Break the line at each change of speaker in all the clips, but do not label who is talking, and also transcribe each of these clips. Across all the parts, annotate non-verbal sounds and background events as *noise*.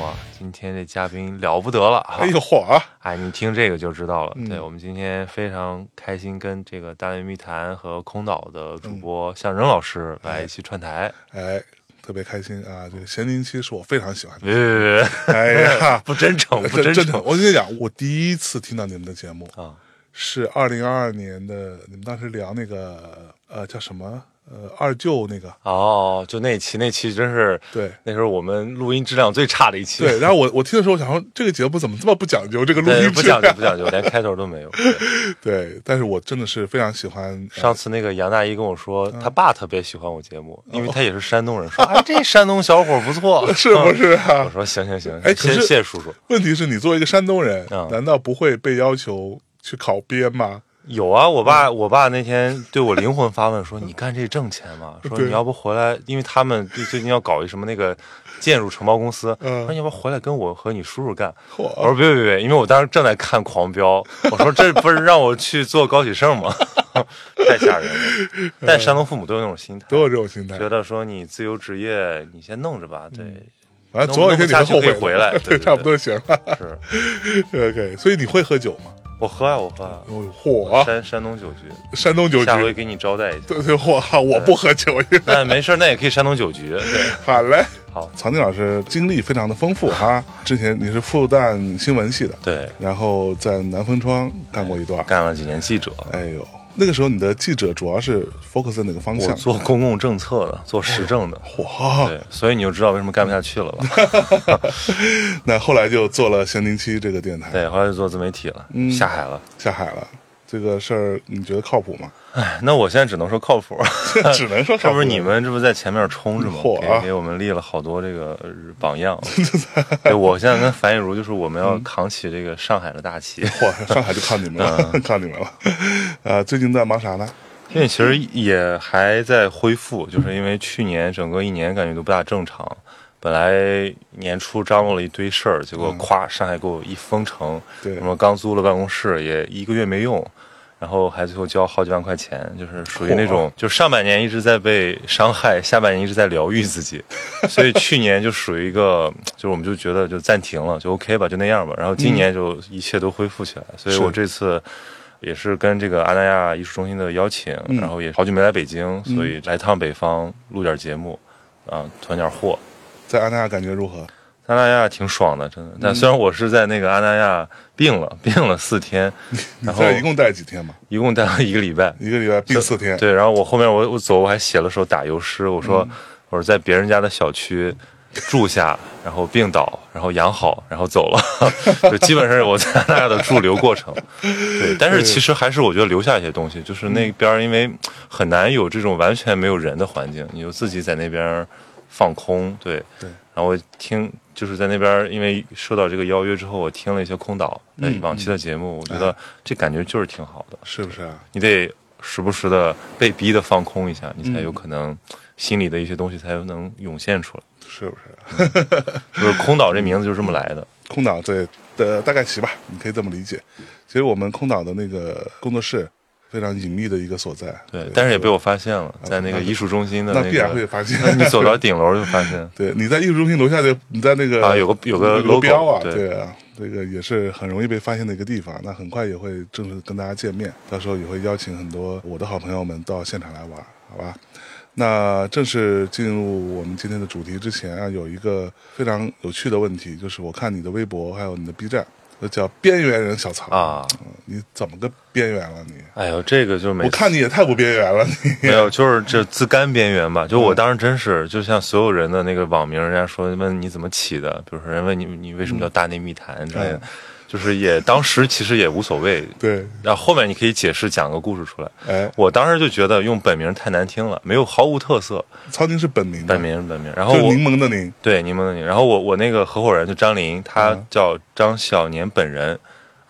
哇，啊今天这嘉宾了不得了哈！
哎呦嚯啊！
哎，你听这个就知道了。
嗯
对我们今天非常开心，跟这个大内密谈和空岛的主播向征老师来一起串台。
嗯哎，特别开心啊！这个咸宁七是我非常喜欢的。
别别别别，，
哎呀
不真诚，不
真
诚
真的，我跟你讲，我第一次听到你们的节目
啊！
是二零二二年的，你们当时聊那个呃叫什么呃二舅
*laughs*
那个，
*laughs* 哦，就那期，那期真是
对
那时候我们录音质量最差的一期。
对。然后我我听的时候，我想说这个节目怎么这么不讲究，这个录
对，
音
不
质量
讲究，不讲究，连开头都
*laughs*
没有。对
对，但是我真的是非常喜欢。呃
上次那个杨大一跟我说，
嗯
他爸特别喜欢我节目，因为他也是山东人，说哎，这山东小伙不错，
哦 *laughs* 是不是啊
嗯 *laughs* 我说行行行，
哎可
谢
是
谢谢叔叔。
问题是你作为一个山东人，
嗯
难道不会被要求去考编吗？
有啊，我
嗯
爸我爸那天对我灵魂发问说：“你干这挣钱
*laughs*
吗？”说
对
你要不回来，因为他们最最近要搞一什么那个建筑承包公司，
嗯
说你要不回来跟我和你叔叔干。
嚯
我说别别别，因为我当时正在看《狂飙》，我说这不是让我去做高启盛吗？ *laughs* 太吓人了。但山东父母都有那种心态，
嗯都有这种心态，
觉得说你自由职业，你先弄着吧。
嗯
对，
反正总有一天你会
弄
后悔
不下去可以回
*laughs*
来对对对
对，差不多行了。
是
*laughs* OK，所以你会喝酒吗？
我喝啊，我喝啊，
哦，火，
山山东酒局，
山东酒局
下，回给你招待一下。
对对，火，我不喝酒。 *laughs*
但没事儿，那也可以山东酒局。对，
好嘞，
好，
曹宁老师经历非常的丰富哈，之前你是复旦新闻系的，
对。
然后在南风窗干过一段，
干了几年记者，
哎呦，那个时候你的记者主要是 focus 在哪个方
我
向？
做公共政策的，做时政的，
哇，
对，所以你就知道为什么干不下去了
*laughs*
吧？
那后来就做了咸宁七这个电台，
对，后来就做自媒体了，
嗯
下海了。 *laughs*
下海了。这个事儿你觉得靠谱吗？ *laughs*
哎，那我现在只能说靠谱，
只能说
这
靠谱
不是你们这不是在前面冲着吗？
嚯啊
给给我们立了好多这个榜样。 *laughs* 对，我现在跟樊亦茹就是我们
嗯
要扛起这个上海的大旗。
嚯，上海就靠你们
嗯
*laughs* 了，靠你们了。呃，最近在忙啥呢？
现在其实也还在恢复，就是因为去年整个一年感觉都不大正常。本来年初张罗了一堆事儿，结果咵，上海给我一封城，
对
什么刚租了办公室也一个月没用，然后还最后交好几万块钱，就是属于那种，就上半年一直在被伤害，下半年一直在疗愈自己，所以去年就属于一个，就是我们就觉得就暂停了，就 OK 吧，就那样吧。然后今年就一切都恢复起来，所以
是
我这次。也是跟这个阿那亚艺术中心的邀请，然后也好久没来北京，所以来趟北方录点节目，啊，团点货。
在安那亚感觉如何？
阿那亚挺爽的，真的。但虽然我是在那个阿那亚病了，病了四天，
你
然后
在一共待了几天嘛？
一共待了一个礼拜，
一个礼拜病四天，嗯
对，然后我后面我我走我还写了首打油诗，我说、我说在别人家的小区住下，然后病倒，然后养好，然后走了， *laughs* 就基本上是我在那儿的驻留过程。对，但是其实还是我觉得留下一些东西，就是
嗯
那边儿因为很难有这种完全没有人的环境，你就自己在那边儿放空，对
对。
然后我听就是在那边儿，因为受到这个邀约之后，我听了一些空岛在
嗯
往期的节目，我觉
哎
得这感觉就是挺好的。
是不是啊？
你得时不时的被逼的放空一下，你
嗯
才有可能心里的一些东西才能涌现出来。
是不是啊？
就是空岛这名字就是这么来的。
空岛对的大概齐吧，你可以这么理解。其实我们空岛的那个工作室非常隐秘的一个所在，
对，但是也被我发现了，在那个艺术中心的
那
个，
必然
*laughs*
会发现。。
你走到顶楼就发现
对，你在艺术中心楼下的，你在那个
啊有个有个
个标啊，
logo，对
对啊，这个也是很容易被发现的一个地方。那很快也会正式跟大家见面，到时候也会邀请很多我的好朋友们到现场来玩，好吧？那正式进入我们今天的主题之前啊，有一个非常有趣的问题，就是我看你的微博还有你的 B 站，都叫“边缘人小曹”
啊，
嗯你怎么个边缘啊了你？
哎呦，这个就没
我看你也太不边缘了，你
没有，就是这自甘边缘吧。
嗯
就我当时真是，就像所有人的那个网名，人家说问你怎么起的，比如说人问你你为什
嗯
么叫大内密谈之类的，就是也当时其实也无所谓，
对，
然后后面你可以解释讲个故事出来。
哎
我当时就觉得用本名太难听了，没有毫无特色。
曹宁是本名吗，
本名本名，然后
就是
我
柠檬的柠，
对柠檬的柠，然后我我那个合伙人就张林，他叫张小年本人。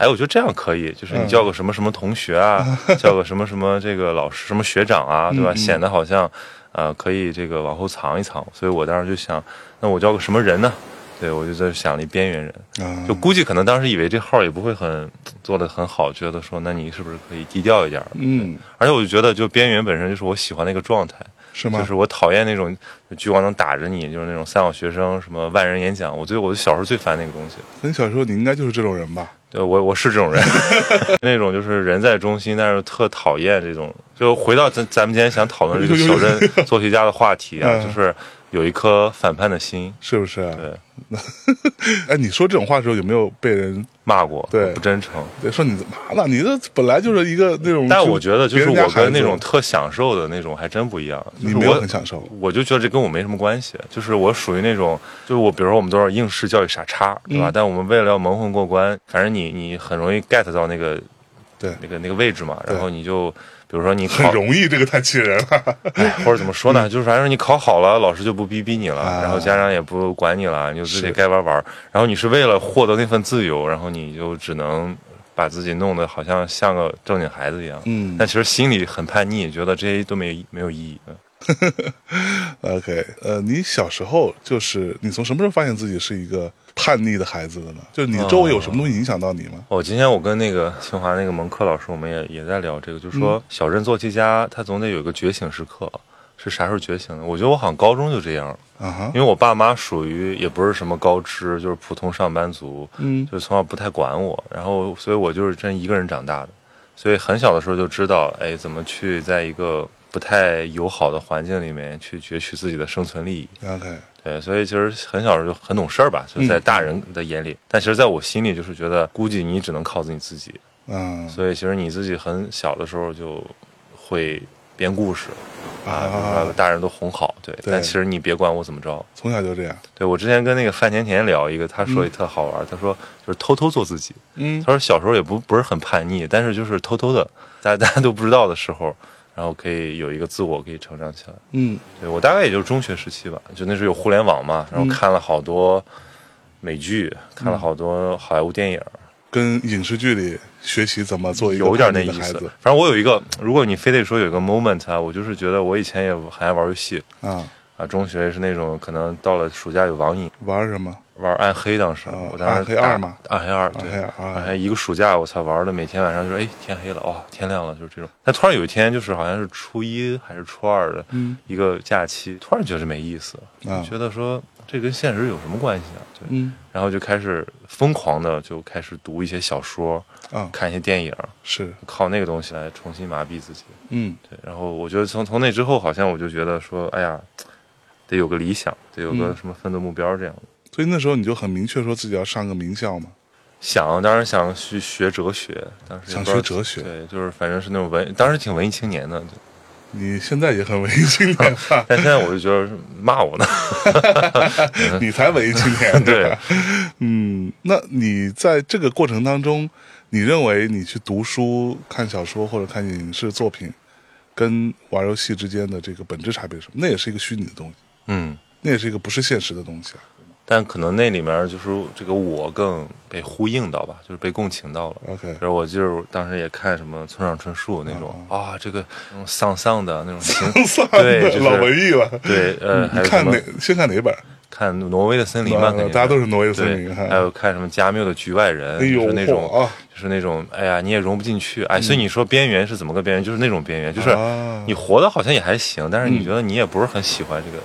哎，我觉得这样可以，就是你叫个什么什么同学啊，叫个什么什么这个老师、什么学长啊，对吧？显得好像，呃，可以这个往后藏一藏。所以我当时就想，那我叫个什么人呢？对，我就在想了一边缘人，
啊
就估计可能当时以为这号也不会很做的很好，觉得说，那你是不是可以低调一点儿？
嗯，
而且我就觉得，就边缘本身就是我喜欢的一个状态，
是吗
就是我讨厌那种聚光灯打着你，就是那种三好学生什么万人演讲，我最我小时候最烦那个东西。
那你小时候你应该就是这种人吧？
对我我是这种人， *laughs* 那种就是人在中心，但是特讨厌这种。就回到咱咱们今天想讨论这个小镇做题家的话题啊，
嗯
就是有一颗反叛的心。
是不是？
对，
*laughs* 哎，你说这种话的时候有没有被人
骂过，
对
不真诚。
说你妈呢？你这本来就是一个那种……
但我觉得就是
别人家
我
孩
跟
子
那种特享受的那种还真不一样。就
你
是
没有
我
很享受，
我就觉得这跟我没什么关系，就是我属于那种，就是我，比如说我们都是应试教育傻叉，对
嗯
吧？但我们为了要蒙混过关，反正你你很容易 get 到那个
对
那个那个位置嘛，
对
然后你就比如说你
很
考，
容易，这个太气人了。 *laughs*
*laughs* 哎或者怎么说呢，就是反正你考好了，老师就不逼逼你了，
啊
然后家长也不管你了，你就自己
是
该玩玩。然后你是为了获得那份自由，然后你就只能把自己弄得好像像个正经孩子一样，
嗯
但其实心里很叛逆，觉得这些都没没有意义。嗯
OK，呃，你小时候就是你从什么时候发现自己是一个叛逆的孩子的呢？就是你周围有什么东西影响到你吗？
哦，今天我跟那个清华那个蒙克老师，我们也也在聊这个，就说小镇做题家，他总得有一个觉醒时刻，是啥时候觉醒的？我觉得我好像高中就这样了，
啊哈，
因为我爸妈属于也不是什么高知，就是普通上班族，
嗯
就是从小不太管我，然后所以我就是真一个人长大的，所以很小的时候就知道，哎，怎么去在一个不太友好的环境里面去攫取自己的生存利益。
，OK，啊
对，所以其实很小时候就很懂事儿吧，就是
嗯
在大人的眼里，但其实在我心里就是觉得，估计你只能靠自己自己。
嗯
所以其实你自己很小的时候就会编故事啊，就是把
啊，
大人都哄好，对。
对
但其实你别管我怎么着。
从小就这样，
对我之前跟那个范甜甜聊一个，她说也特好玩，她说就是偷偷做自己。
嗯
她说小时候也不不是很叛逆，但是就是偷偷的，大家大家都不知道的时候，然后可以有一个自我可以成长起来。
嗯
对我大概也就是中学时期吧，就那时候有互联网嘛，
嗯
然后看了好多美剧，看了好多好莱坞电影，
跟影视剧里学习怎么做一个
有点那
叛逆
意
的孩
思
子。
反正我有一个，如果你非得说有一个 moment 啊，我就是觉得我以前也很爱玩游戏
啊，
啊，中学是那种可能到了暑假有网瘾，
玩什么？
玩暗黑，当时、
哦
我当时
暗黑
打
二嘛，
暗黑二
暗
对，
黑二哦
暗黑一个暑假我才玩的，每天晚上就是哎天黑了，哇、天亮了，就是这种。但突然有一天，就是好像是初一还是初二的一个假期，突然觉得没意思，
啊
觉得说这跟现实有什么关系啊？对，
嗯
然后就开始疯狂的就开始读一些小说，
啊，
看一些电影。
是，
靠那个东西来重新麻痹自己。
嗯
对，然后我觉得从从那之后，好像我就觉得说，哎呀，得有个理想，得有个
嗯
什么奋斗目标这样的。
所以那时候你就很明确说自己要上个名校嘛。
想当然想去学哲学，当时也
想
不知道
学哲学
对，就是反正是那种文，当时挺文艺青年的，对
你现在也很文艺青年
*laughs*
吧？
但现在我就觉得是骂
*laughs*
我呢。
你才文艺青年，
对
吧，嗯，那你在这个过程当中，你认为你去读书、看小说或者看影视作品，跟玩游戏之间的这个本质差别是什么？那也是一个虚拟的东西，
嗯，
那也是一个不是现实的东西啊。
但可能那里面就是这个我更被呼应到吧，就是被共情到了。
OK，
然后我就是当时也看什么村上春树那种
哦
啊，这个那种丧丧的那种
*laughs*
情，
算
对
了
就是
老文艺了。
对，呃，还有
嗯看
什么
哪先看哪本？
看挪威的森林嘛，
啊
肯定
大家都是挪威森
对
林哈嗯
还有看什么加缪的《局外人》，
哎呦
就是那种
嚯啊，
就是那种，哎呀，你也融不进去，哎，所以你说边缘是怎么个边缘？就是那种边缘，就是
啊
你活的好像也还行，但是你觉得你也不是很喜欢这个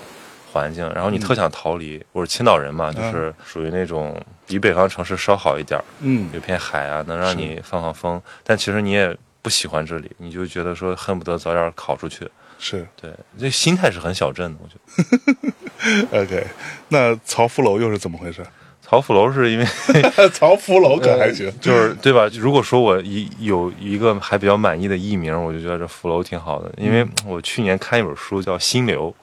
环境，然后你特想逃离。我是青岛人嘛，就是属于那种比北方城市稍好一点儿，
嗯
有片海啊，能让你放放风，但其实你也不喜欢这里，你就觉得说恨不得早点考出去。
是
对，这心态是很小镇的，我觉得。
OK。那曹福楼又是怎么回事？
曹府楼是因为
*laughs* 曹福楼可还行，
就是对吧？如果说我一有一个还比较满意的艺名，我就觉得这福楼挺好的，因为我去年看一本书叫《心流》，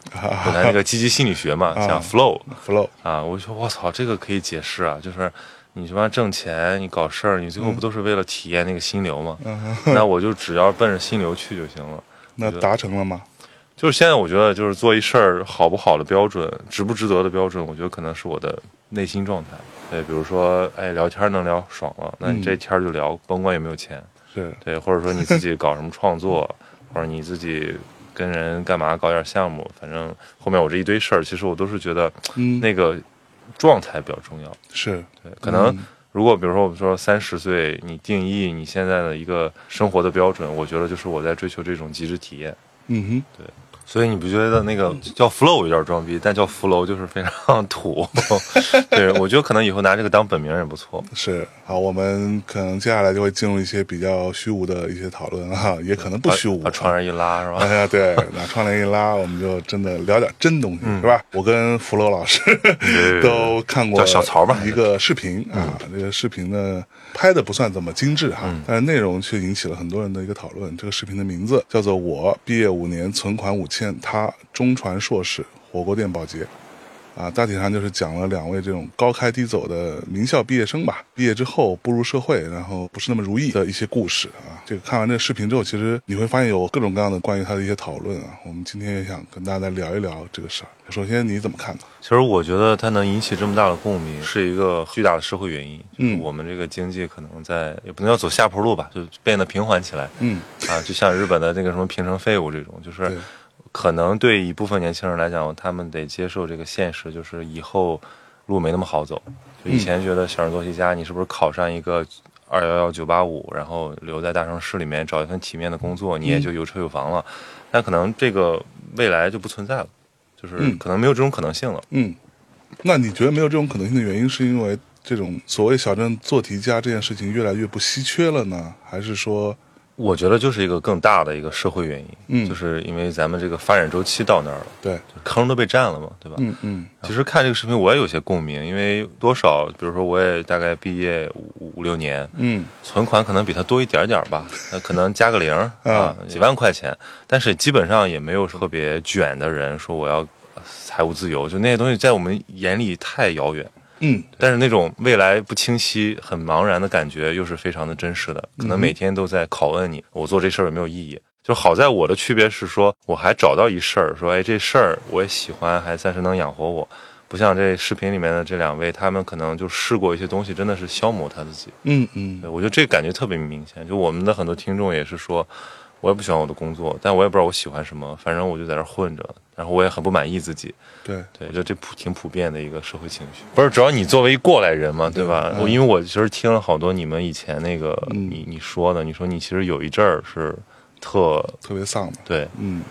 本来那个积极心理学嘛，
啊
像 flow
福 *laughs* 楼
啊，我就说我操，这个可以解释啊，就是你他妈挣钱，你搞事儿，你最后不都是为了体验那个心流吗？那我就只要奔着心流去就行了。
那达成了吗？
就是现在，我觉得就是做一事儿好不好的标准，值不值得的标准，我觉得可能是我的内心状态。对，比如说，哎，聊天能聊爽了，那你这天儿就聊，甭管有没有钱。
是
对，或者说你自己搞什么创作，或者你自己跟人干嘛搞点项目，反正后面我这一堆事儿，其实我都是觉得
嗯
那个状态比较重要。
是
对，可能如果比如说我们说三十岁，你定义你现在的一个生活的标准，我觉得就是我在追求这种极致体验。
嗯哼，
对。所以你不觉得那个叫 flow 有点装逼，但叫福楼就是非常土。 *laughs* 对，我觉得可能以后拿这个当本名也不错。
是好，我们可能接下来就会进入一些比较虚无的一些讨论啊，也可能不虚无
把。窗帘一拉是吧？
哎呀，对，拿窗帘一拉，我们就真的聊点真东西，是吧？我跟福楼老师
对
*laughs* 都看过
叫小曹吧嗯
一个视频啊，这个视频呢拍的不算怎么精致哈，但是内容却引起了很多人的一个讨论。这个视频的名字叫做《我毕业五年，存款五千，他中传硕士，火锅店保洁》。啊，大体上就是讲了两位这种高开低走的名校毕业生吧，毕业之后步入社会，然后不是那么如意的一些故事啊。这个看完这个视频之后，其实你会发现有各种各样的关于他的一些讨论啊。我们今天也想跟大家来聊一聊这个事儿。首先你怎么看呢？
其实我觉得它能引起这么大的共鸣，是一个巨大的社会原因。
嗯
就是我们这个经济可能在也不能叫走下坡路吧，就变得平缓起来。
嗯，
啊，就像日本的那个什么平成废物这种，就是
对
可能对一部分年轻人来讲，他们得接受这个现实，就是以后路没那么好走。就以
嗯
前觉得小人做题家，你是不是考上一个二幺幺九八五，然后留在大城市里面找一份体面的工作，你
嗯
也就有车有房了。但可能这个未来就不存在了，就是
嗯
可能没有这种可能性了。
嗯，那你觉得没有这种可能性的原因，是因为这种所谓小镇做题家这件事情越来越不稀缺了呢，还是说，
我觉得就是一个更大的一个社会原因，
嗯
就是因为咱们这个发展周期到那儿了，
对，
就是坑都被占了嘛，对吧？
嗯嗯
其实看这个视频我也有些共鸣，因为多少，比如说我也大概毕业五五六年，
嗯，
存款可能比他多一点点儿吧，那可能加个零儿啊
*laughs* 啊，
几万块钱，但是基本上也没有特别卷的人说我要财务自由，就那些东西在我们眼里太遥远。
嗯
但是那种未来不清晰、很茫然的感觉，又是非常的真实的。可能每天都在拷问你，我做这事儿有没有意义？就好在我的区别是说，我还找到一事儿，说哎，这事儿我也喜欢，还暂时能养活我。不像这视频里面的这两位，他们可能就试过一些东西，真的是消磨他自己。
嗯嗯
对，我觉得这感觉特别明显。就我们的很多听众也是说，我也不喜欢我的工作，但我也不知道我喜欢什么，反正我就在这儿混着，然后我也很不满意自己。
对，
对，就这普挺普遍的一个社会情绪。不是，主要你作为过来人嘛，对吧？我、因为我其实听了好多你们以前那个、
嗯
你你说的，你说你其实有一阵儿是特
特别丧嘛，
对，
嗯。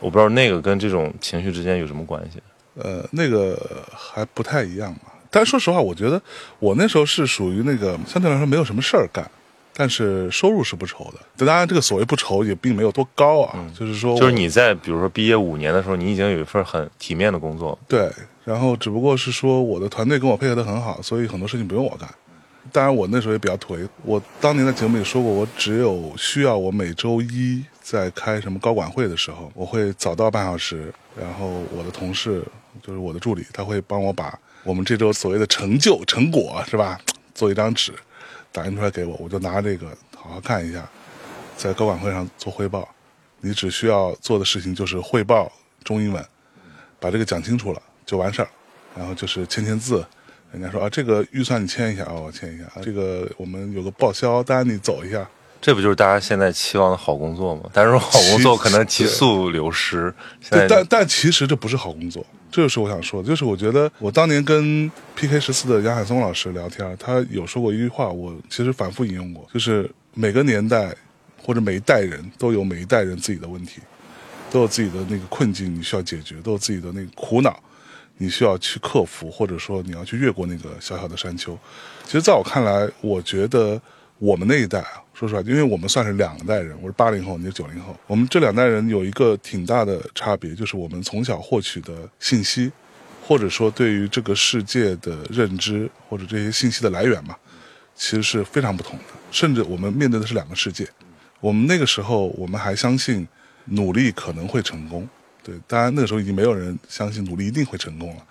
我不知道那个跟这种情绪之间有什么关系。
呃，那个还不太一样嘛。但说实话，我觉得我那时候是属于那个相对来说没有什么事儿干，但是收入是不愁的。但当然，这个所谓不愁也并没有多高啊，就是说我，
就是你在比如说毕业五年的时候，你已经有一份很体面的工作，
对，然后只不过是说我的团队跟我配合的很好，所以很多事情不用我干。当然，我那时候也比较颓。我当年在节目里说过，我只有需要我每周一在开什么高管会的时候，我会早到半小时，然后我的同事就是我的助理，他会帮我把我们这周所谓的成就成果是吧，做一张纸，打印出来给我，我就拿这个好好看一下，在高管会上做汇报。你只需要做的事情就是汇报中英文，把这个讲清楚了就完事儿，然后就是签签字。人家说啊，这个预算你签一下啊、哦我签一下。啊这个我们有个报销单，你走一下。
这不就是大家现在期望的好工作吗？但是好工作可能急速流失。现
对，
在
但但其实这不是好工作，这就是我想说的，就是我觉得我当年跟 PK 十四的杨海松老师聊天，他有说过一句话，我其实反复引用过，就是每个年代或者每一代人都有每一代人自己的问题，都有自己的那个困境你需要解决，都有自己的那个苦恼。你需要去克服，或者说你要去越过那个小小的山丘。其实，在我看来，我觉得我们那一代啊，说实话，因为我们算是两代人，我是八零后，你是九零后，我们这两代人有一个挺大的差别，就是我们从小获取的信息，或者说对于这个世界的认知，或者这些信息的来源嘛，其实是非常不同的，甚至我们面对的是两个世界。我们那个时候，我们还相信努力可能会成功，对，当然那个时候已经没有人相信努力一定会成功了，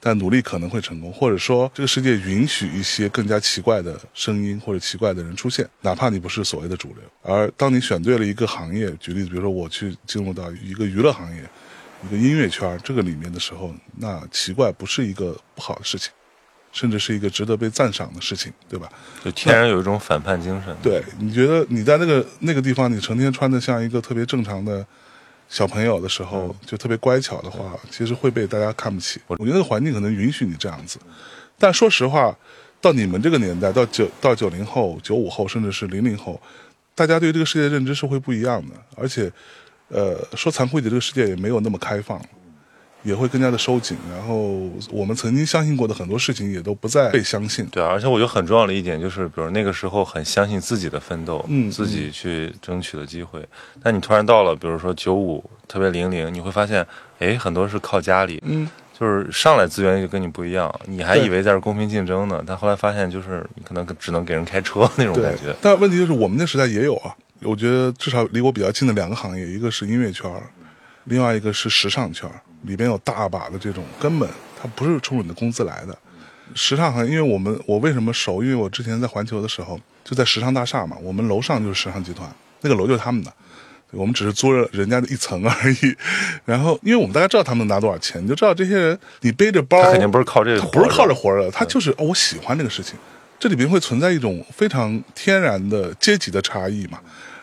但努力可能会成功，或者说这个世界允许一些更加奇怪的声音或者奇怪的人出现，哪怕你不是所谓的主流。而当你选对了一个行业，举例子，比如说我去进入到一个娱乐行业、一个音乐圈这个里面的时候，那奇怪不是一个不好的事情，甚至是一个值得被赞赏的事情，对吧？
就天然有一种反叛精神。
对，你觉得你在那个那个地方，你成天穿的像一个特别正常的小朋友的时候，就特别乖巧的话，其实会被大家看不起。我觉得那个环境可能允许你这样子，但说实话，到你们这个年代，到九到九零后、九五后，甚至是零零后，大家对这个世界认知是会不一样的，而且呃，说残酷一点，这个世界也没有那么开放了，也会更加的收紧。然后我们曾经相信过的很多事情，也都不再被相信。
对啊，而且我觉得很重要的一点就是，比如那个时候很相信自己的奋斗，
嗯
自己去争取的机会。但你突然到了，比如说九五，特别零零，你会发现，哎，很多是靠家里，
嗯，
就是上来资源就跟你不一样，你还
对
以为在这公平竞争呢，但后来发现就是你可能只能给人开车那种感觉。
但问题就是，我们那时代也有啊。我觉得至少离我比较近的两个行业，一个是音乐圈儿，另外一个是时尚圈儿，里边有大把的这种根本它不是冲着你的工资来的。时尚行业，因为我们我为什么熟？因为我之前在环球的时候就在时尚大厦嘛，我们楼上就是时尚集团，那个楼就是他们的。我们只是租了人家的一层而已，然后因为我们大概知道他们能拿多少钱，你就知道这些人，你背着包，
他肯定不是靠这个
他
活
不
着，
是靠着活儿的，他就是哦，我喜欢这个事情。这里边会存在一种非常天然的阶级的差异嘛，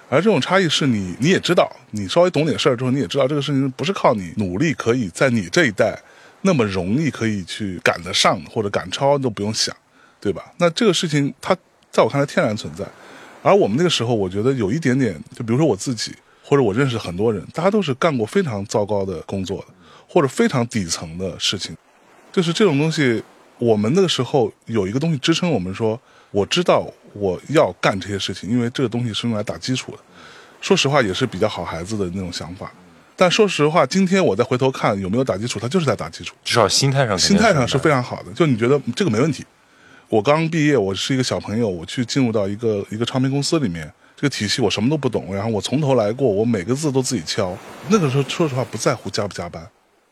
而这种差异是你你也知道，你稍微懂点事儿之后，你也知道这个事情不是靠你努力可以在你这一代那么容易可以去赶得上或者赶超都不用想，对吧？那这个事情它在我看来天然存在，而我们那个时候，我觉得有一点点，就比如说我自己，或者我认识很多人，大家都是干过非常糟糕的工作的，或者非常底层的事情，就是这种东西，我们那个时候有一个东西支撑我们说，我知道我要干这些事情，因为这个东西是用来打基础的。说实话，也是比较好孩子的那种想法。但说实话，今天我再回头看有没有打基础，他就是在打基础。
至少心态上肯定
心态上是
这
非
样
常好的，就你觉得嗯这个没问题。我刚毕业，我是一个小朋友，我去进入到一个一个唱片公司里面，这个体系我什么都不懂，然后我从头来过，我每个字都自己敲。那个时候说实话不在乎加不加班，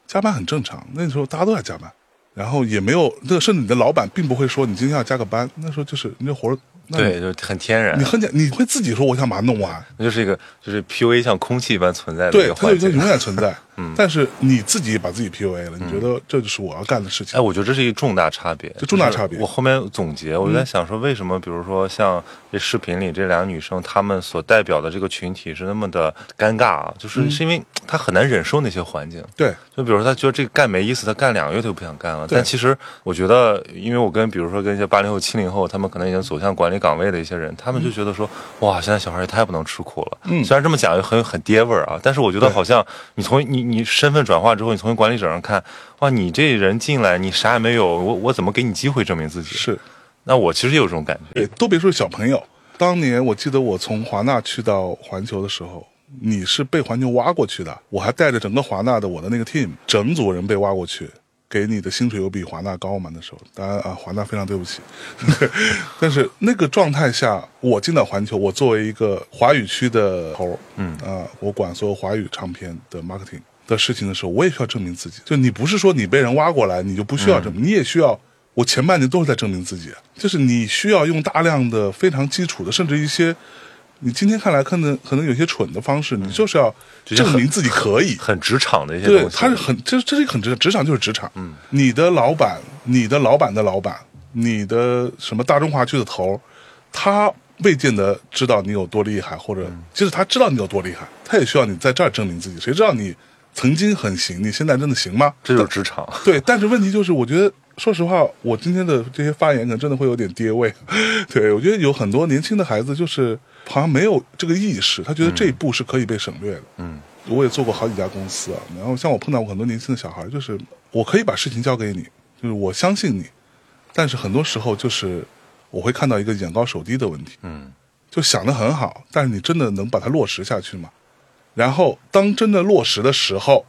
加班很正常，那时候大家都在加班，然的然后也没有那个，甚至你的老板并不会说你今天要加个班，那时候就是你这活儿，那你
对，就很天然
你，很简，你会自己说我想把它弄完，
那就是一个就是 PUA 像空气一般存在的一
对
个，嗯
它就
环
它
境。
永远
*laughs*
存在。但是你自己也把自己 PUA 了，你觉得这就是我要干的事情
哎，。我觉得这是一个重大差别，
这重大差
就
别嗯
是我后面总结，我就在想说，为什么比如说像这视频里这两个女生，她们所代表的这个群体是那么的尴尬啊？就是
嗯
是因为她很难忍受那些环境。
对，
就比如说，她觉得这个干没意思，她干两个月她就不想干了。
对
但其实我觉得，因为我跟比如说跟一些八零后、七零后，他们可能已经走向管理岗位的一些人，他们就觉得说，哇，现在小孩也太不能吃苦了。
嗯
虽然这么讲很很爹味儿啊，但是我觉得
对
好像你从你你身份转化之后，你从管理者上看，哇，你这人进来你啥也没有，我我怎么给你机会证明自己？
是。
那我其实也有这种感觉，
对，都别说小朋友，当年我记得我从华纳去到环球的时候，你是被环球挖过去的，我还带着整个华纳的我的那个 team，整组人被挖过去。给你的薪水有比华纳高嘛？那时候，当然啊，华纳非常对不起，但是那个状态下，我进到环球，我作为一个华语区的头，嗯啊、我管所有华语唱片的 marketing 的事情的时候，我也需要证明自己。就你不是说你被人挖过来，你就不需要证明，你也需要。我前半年都是在证明自己，就是你需要用大量的非常基础的，甚至一些你今天看来可能可能有些蠢的方式，你就是要
是很
证明自己可以。
很职场的一些
对，
东西。
它是很，这这是一个很职职场就是职场。嗯，你的老板，你的老板的老板，你的什么大中华区的头儿，他未见得知道你有多厉害，或者
嗯
即使他知道你有多厉害，他也需要你在这儿证明自己。谁知道你曾经很行，你现在真的行吗？
这就是职场。 *laughs*
对，但是问题就是，我觉得，说实话，我今天的这些发言可能真的会有点跌位。 *laughs* 对，我觉得有很多年轻的孩子就是好像没有这个意识，他觉得这一步是可以被省略的。
嗯，
我也做过好几家公司啊，然后像我碰到过很多年轻的小孩，就是我可以把事情交给你，就是我相信你，但是很多时候就是我会看到一个眼高手低的问题。
嗯，
就想得很好，但是你真的能把它落实下去吗？然后当真的落实的时候，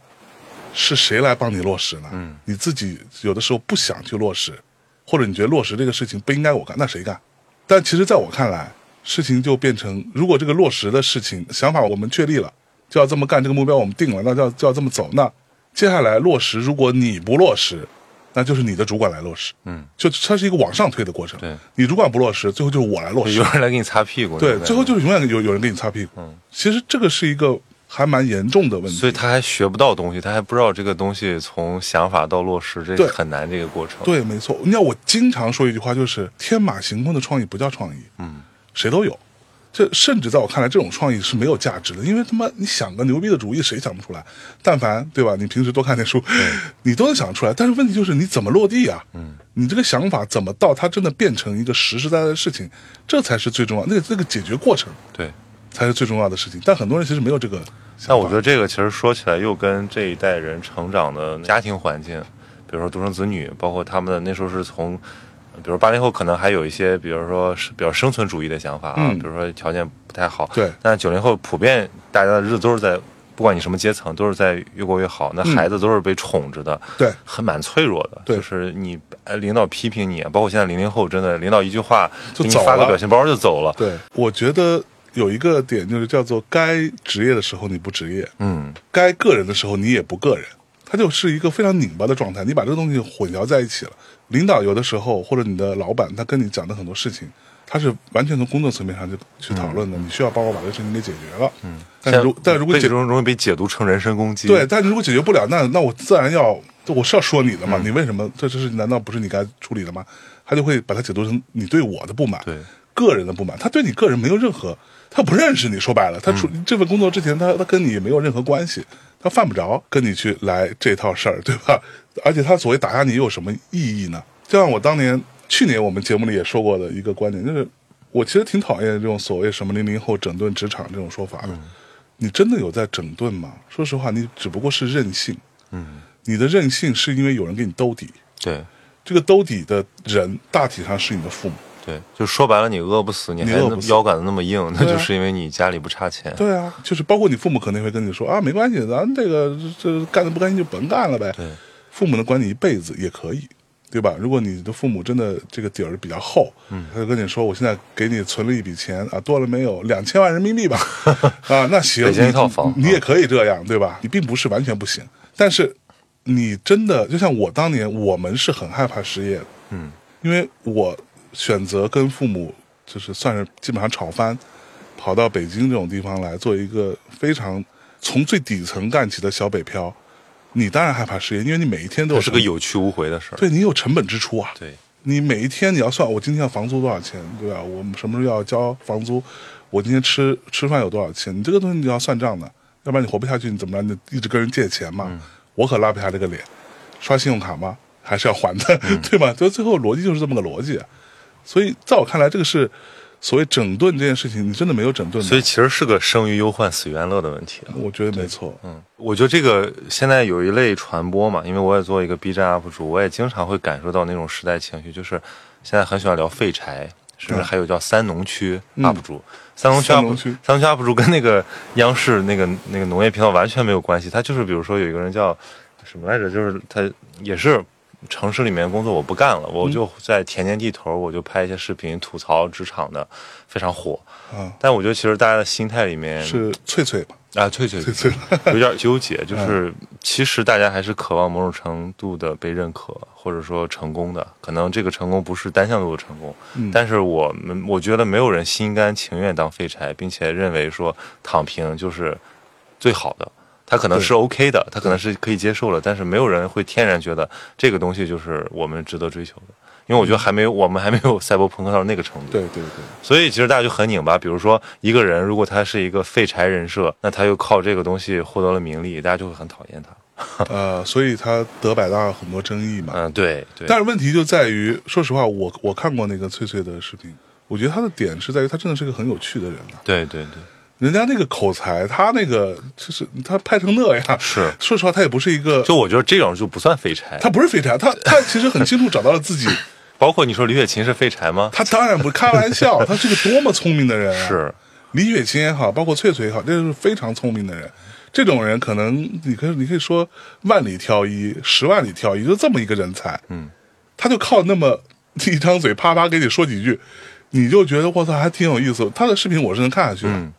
是谁来帮你落实呢？
嗯，
你自己有的时候不想去落实，或者你觉得落实这个事情不应该我干，那谁干？但其实在我看来，事情就变成，如果这个落实的事情想法我们确立了，就要这么干，这个目标我们定了，那就要就要这么走。那接下来落实，如果你不落实，那就是你的主管来落实。
嗯，
就它是一个往上推的过程。
对，哎
你主管不落实，最后就是我来落实
有。人来给你擦屁股。
对
那，种
最后就是永远有有人给你擦屁股。其实这个是一个还蛮严重的问
所以
题。
他还学不到东西，他还不知道这个东西从想法到落实，这
对
个很难这个过程。
对，没错。你看，我经常说一句话，就是天马行空的创意不叫创意，
嗯，
谁都有。这甚至在我看来，这种创意是没有价值的，因为他妈你想个牛逼的主意，谁想不出来？但凡对吧？你平时多看点书，你都能想出来。但是问题就是你怎么落地啊？嗯，你这个想法怎么到它真的变成一个实实在在的事情，这才是最重要。那个那个解决过程，
对
才是最重要的事情。但很多人其实没有这个想法。
但我觉得这个其实说起来又跟这一代人成长的家庭环境，比如说独生子女，包括他们的那时候是从，比如八零后可能还有一些，比如说是比较生存主义的想法啊，
嗯
比如说条件不太好。
对
但九零后普遍大家的日子都是在，不管你什么阶层，都是在越过越好。那孩子都是被宠着的，
嗯对
很蛮脆弱的。
对
就是你呃领导批评你，包括现在零零后，真的领导一句话
就
给你
走
发个
了
表情包就走了。
对，我觉得有一个点就是叫做该职业的时候你不职业，
嗯，
该个人的时候你也不个人，它就是一个非常拧巴的状态。你把这个东西混淆在一起了。领导有的时候或者你的老板，他跟你讲的很多事情，他是完全从工作层面上就去讨论的。你需要帮我把这个事情给解决了。嗯，但是如但如果
被
解
这种容易被解读成人身攻击。
对，但如果解决不了，那那我自然要，我是要说你的嘛。你为什么这这事情难道不是你该处理的吗？他就会把它解读成你对我的不满，
对
个人的不满。他对你个人没有任何，他不认识你，说白了，他处、
嗯
这份工作之前，他他跟你也没有任何关系，他犯不着跟你去来这套事儿，对吧？ *laughs* 而且他所谓打压你又有什么意义呢？就像我当年去年我们节目里也说过的一个观点，就是我其实挺讨厌这种所谓什么零零后整顿职场这种说法的。
嗯
你真的有在整顿吗？说实话，你只不过是任性。
嗯，
你的任性是因为有人给你兜底，
对
这个兜底的人大体上是你的父母。
对，就说白了，你饿不死，你还
饿不死
腰杆子那么硬，那
对啊
就是因为你家里不差钱。
对啊，就是包括你父母可能会跟你说啊，没关系，咱这个这这干的不开心就甭干了呗。
对
父母能管你一辈子也可以，对吧？如果你的父母真的这个底儿比较厚，嗯，他就跟你说，我现在给你存了一笔钱啊，多了没有？两千万人民币
*laughs*
吧，啊，那行，
北京
你
一套房嗯
你也可以这样，对吧？你并不是完全不行，但是你真的就像我当年，我们是很害怕失业的，
嗯，
因为我选择跟父母就是算是基本上吵翻，跑到北京这种地方来做一个非常从最底层干起的小北漂，你当然害怕失业，因为你每一天都
这
有
是个
成
有去无回的事儿。
对你有成本支出啊，
对
你每一天你要算我今天要房租多少钱，对吧？我们什么时候要交房租？我今天吃吃饭有多少钱？你这个东西你要算账的，要不然你活不下去，你怎么着？你一直跟人借钱
嗯
嘛，我可拉不下这个脸，刷信用
*laughs*
卡吗？还是要还的，对吧？就最后逻辑就是这么个逻辑，所以在我看来，这个是所谓整顿这件事情，你真的没有整顿的，
所以其实是个生于忧患，死于安乐的问题啊。
我觉得没错，
嗯，我觉得这个现在有一类传播嘛，因为我也做一个 B 站 UP 主，我也经常会感受到那种时代情绪，就是现在很喜欢聊废柴，甚至还有叫三农区 UP 主。三农区
嗯三
UP 主
农区
三农区 UP 主跟那个央视那个那个农业频道完全没有关系，他就是比如说有一个人叫什么来着，就是他也是。城市里面工作我不干
嗯
了，我就在田间地头，我就拍一些视频吐槽职场的，非常火。
啊，
但我觉得其实大家的心态里面
是翠翠吧？
啊，对对对，有点纠结，就是其实大家还是渴望某种程度的被认可，或者说成功的。可能这个成功不是单向度的成功，
嗯
但是我们我觉得没有人心甘情愿当废柴，并且认为说躺平就是最好的。他可能是 OK 的，他可能是可以接受的，但是没有人会天然觉得这个东西就是我们值得追求的，因为我觉得还没有我们还没有赛博朋克到那个程度。
对对对，
所以其实大家就很拧巴。比如说一个人，如果他是一个废柴人设，那他又靠这个东西获得了名利，大家就会很讨厌他。
呃，所以他得百大很多争议嘛，
嗯，对对，
但是问题就在于，说实话，我我看过那个翠翠的视频，我觉得她的点是在于，她真的是个很有趣的人啊。
对对对，
人家那个口才，她那个就是她拍成那样，
是
说实话，她也不是一个，
就我觉得这种就不算废柴。
她不是废柴，她她其实很清楚找到了自己。
包括你说李雪琴是废柴吗？
她当然不是开玩笑，她是个多么聪明的人啊！
是，
李雪琴也好，包括翠翠也好，这是非常聪明的人。这种人可能你可以你可以说万里挑一，十万里挑一，就这么一个人才。
嗯，
他就靠那么 *laughs* 一张嘴啪啪给你说几句，你就觉得我操还挺有意思。他的视频我是能看下去的。
嗯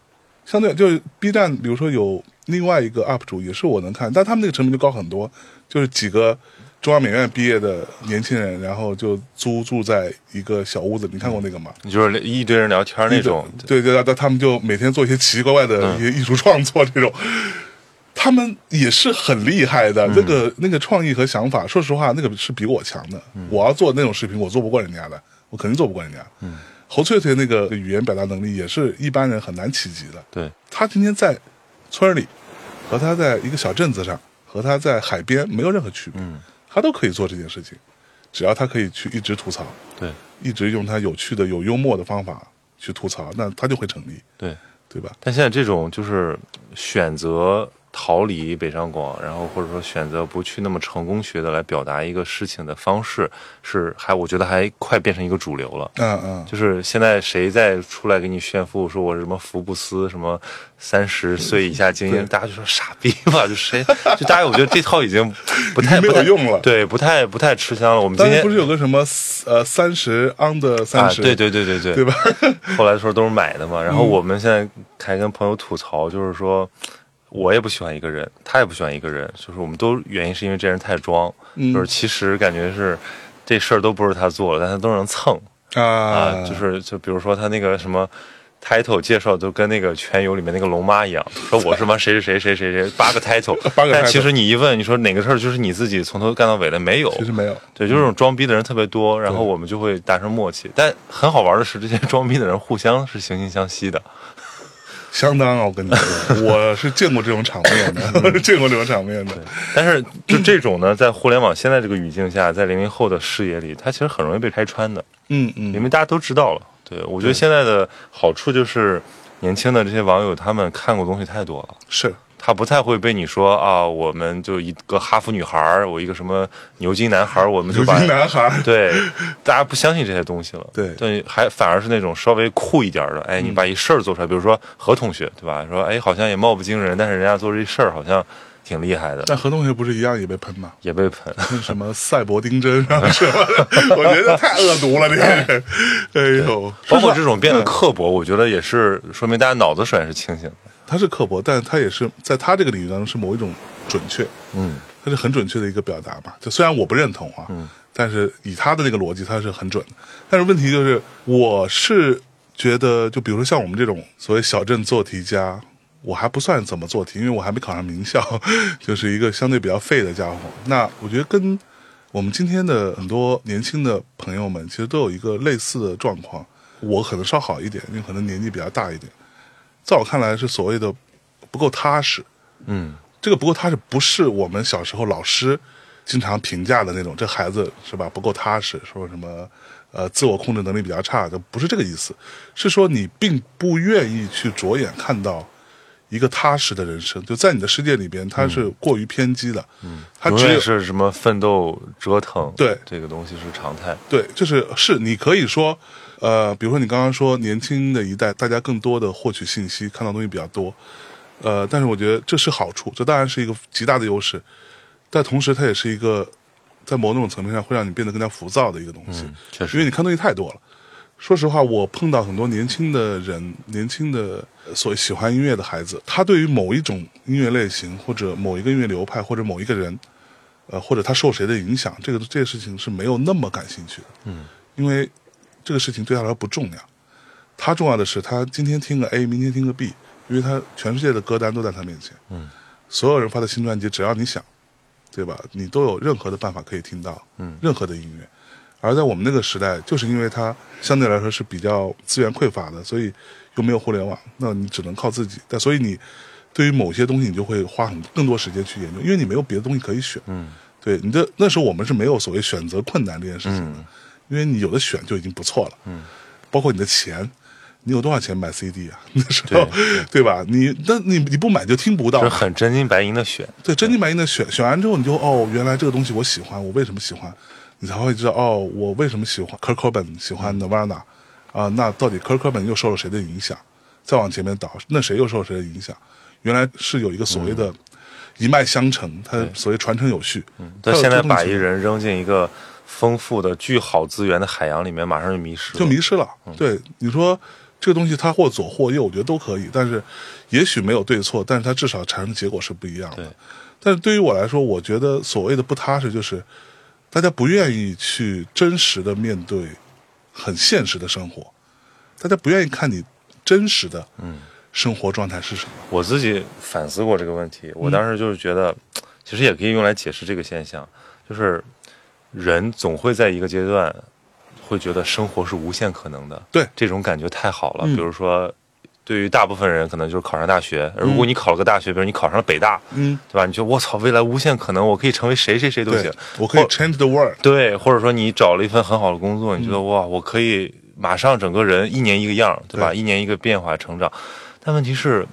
相对就是 B 站，比如说有另外一个 UP 主也是我能看，但他们那个成本就高很多，就是几个中央美院毕业的年轻人，然后就租住在一个小屋子。你看过那个吗？
你就是一堆人聊天那种，
对对，对，他们就每天做一些奇奇怪怪的
嗯
一些艺术创作这种，他们也是很厉害的。
嗯
那个那个创意和想法，说实话，那个是比我强的。
嗯
我要做那种视频，我做不过人家的，我肯定做不过人家。
嗯
侯翠翠那个语言表达能力也是一般人很难企及的。
对
她今天在村里，和她在一个小镇子上，和她在海边没有任何区别，
嗯
她都可以做这件事情，只要她可以去一直吐槽。
对
一直用他有趣的、有幽默的方法去吐槽，那他就会成立。
对
对吧？
但现在这种就是选择逃离北上广，然后或者说选择不去那么成功学的来表达一个事情的方式，是还我觉得还快变成一个主流了。
嗯嗯，
就是现在谁再出来给你炫富，说我是什么福布斯什么三十岁以下精英，大家就说傻逼吧， *laughs* 就谁就大家我觉得这套已经不
*laughs*
太
没有
不太
用了
对，不太不太吃香了。我们今
当时
天
不是有个什么呃三十 under 三十、
啊，对对对对对，
对吧？
*laughs*
嗯
后来的时候都是买的嘛。然后我们现在还跟朋友吐槽，就是说，我也不喜欢一个人，他也不喜欢一个人，就是我们都原因是因为这人太装，
嗯
就是其实感觉是这事儿都不是他做的，但他都能蹭
嗯
啊。就是就比如说他那个什么。title 介绍都跟那个《全游》里面那个龙妈一样，说我是吗？谁谁谁谁谁谁八个 title，
*laughs* 八个
但
title
其实你一问，你说哪个事儿就是你自己从头干到尾的没有？
其实没有，嗯
对，就是这种装逼的人特别多，然后我们就会达成默契。但很好玩的是，这些装逼的人互相是惺惺相惜的。
相当啊！我跟你说， *laughs* 我是见过这种场
*laughs*
面的，我是见过这种场面的。
但是就这种呢，在互联网现在这个语境下，在零零后的视野里，它其实很容易被拆穿的，
嗯嗯，
因为大家都知道了。对我觉得现在的好处就是，年轻的这些网友他们看过东西太多了。
是
他不太会被你说啊，我们就一个哈佛女孩儿，我一个什么牛津男孩儿，我们就
*laughs* 牛
把
津男孩，
对，大家不相信这些东西了。
对嗯
对，还反而是那种稍微酷一点儿的，哎，你把一事儿做出来，比如说何同学，对吧？说哎，好像也貌不惊人，但是人家做这事儿好像挺厉害的，
但何同学不是一样也被喷
*laughs*
吗？
也被喷。
什么赛博丁真啊什么
*laughs*
的，我觉得太恶毒了，这个人。哎呦，
包括这种变得刻薄，我觉得也是说明大家脑子首先是清醒的。
他是刻薄，但是他也是在他这个领域当中是某一种准确，
嗯，
他是很准确的一个表达吧。就虽然我不认同啊，但是以他的那个逻辑，他是很准的。但是问题就是，我是觉得，就比如说像我们这种所谓小镇做题家，我还不算怎么做题，因为我还没考上名校， *laughs* 就是一个相对比较废的家伙。那我觉得跟我们今天的很多年轻的朋友们，其实都有一个类似的状况。我可能稍好一点，因为可能年纪比较大一点。在我看来，是所谓的不够踏实。
嗯，
这个不够踏实，不是我们小时候老师经常评价的那种，这孩子是吧不够踏实，说什么呃自我控制能力比较差，就不是这个意思，是说你并不愿意去着眼看到一个踏实的人生，就在你的世界里边，他是过于偏激的，嗯，
嗯
他
永
只有
远是什么奋斗折腾，
对
这个东西是常态。
对，就是是你可以说，呃，比如说你刚刚说年轻的一代，大家更多的获取信息，看到东西比较多，呃，但是我觉得这是好处，这当然是一个极大的优势，但同时它也是一个在某种层面上会让你变得更加浮躁的一个东西，
嗯，确
因为
实，
你看东西太多了。说实话，我碰到很多年轻的人，年轻的呃所谓喜欢音乐的孩子，他对于某一种音乐类型，或者某一个音乐流派，或者某一个人，呃，或者他受谁的影响，这个这个事情是没有那么感兴趣的。
嗯，
因为这个事情对他来说不重要，他重要的是他今天听个 A，明天听个 B，因为他全世界的歌单都在他面前。
嗯，
所有人发的新专辑，只要你想，对吧？你都有任何的办法可以听到，
嗯，
任何的音乐。而在我们那个时代，就是因为它相对来说是比较资源匮乏的，所以又没有互联网，那你只能靠自己。但所以你对于某些东西，你就会花很更多时间去研究，因为你没有别的东西可以选。
嗯
对你的那时候我们是没有所谓选择困难这件事情的，
嗯
因为你有的选就已经不错了。嗯，包括你的钱，你有多少钱买 CD 啊？那时候对吧？你那你你不买就听不
就是
到。
很真金白银的选。
对，真金白银的选选完之后，你就哦，原来这个东西我喜欢，我为什么喜欢？你才会知道哦，我为什么喜欢 Kurt Cobain，喜欢 Nirvana 啊、那到底 Kurt Cobain 又受了谁的影响？再往前面倒，那谁又受了谁的影响？原来是有一个所谓
嗯
的一脉相承，它所谓传承有序。嗯
对，现在把一人扔进一个丰富的、巨好资源的海洋里面，马上就迷失了。
就迷失了。
嗯
对，你说这个东西它或左或右，我觉得都可以，但是也许没有对错，但是它至少产生的结果是不一样
对
的。但是对于我来说，我觉得所谓的不踏实，就是大家不愿意去真实的面对很现实的生活，大家不愿意看你真实的
嗯
生活状态是什么。
我自己反思过这个问
嗯
题，我当时就是觉得，其实也可以用来解释这个现象，就是人总会在一个阶段会觉得生活是无限可能的。
对
这种感觉太好了。
嗯
比如说，对于大部分人可能就是考上大学，如果你考了个大学，比如你考上了北大，
嗯，
对吧？你就我操，未来无限可能，我可以成为谁谁谁都
对
行。，
我可以
或
change the world。
对，或者说你找了一份很好的工作，你觉得哇，我可以马上整个人一年一个样，对吧？
对
一年一个变化成长。但问题是，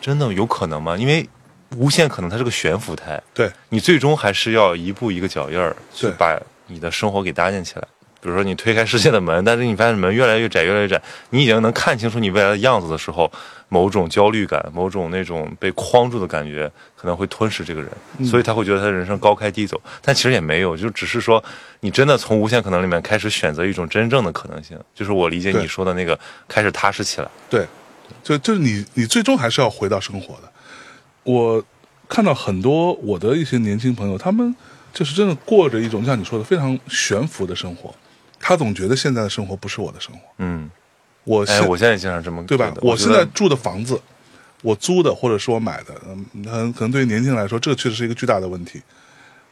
真的有可能吗？因为无限可能它是个悬浮态，
对
你最终还是要一步一个脚印儿去
对
把你的生活给搭建起来。比如说，你推开世界的门，但是你发现门越来越窄，越来越窄，你已经能看清楚你未来的样子的时候，某种焦虑感，某种那种被框住的感觉，可能会吞噬这个人，
嗯
所以他会觉得他的人生高开低走，但其实也没有，就只是说你真的从无限可能里面开始选择一种真正的可能性，就是我理解
对
你说的那个开始踏实起来。
对，就就是你你最终还是要回到生活的。我看到很多我的一些年轻朋友，他们就是真的过着一种像你说的非常悬浮的生活，他总觉得现在的生活不是我的生活。
嗯，
我现、
哎，我现在经常这么
对吧
觉？得
我
觉
现
得
在住的房子，我租的或者是我买的，嗯，可能可能对于年轻人来说，这确实是一个巨大的问题。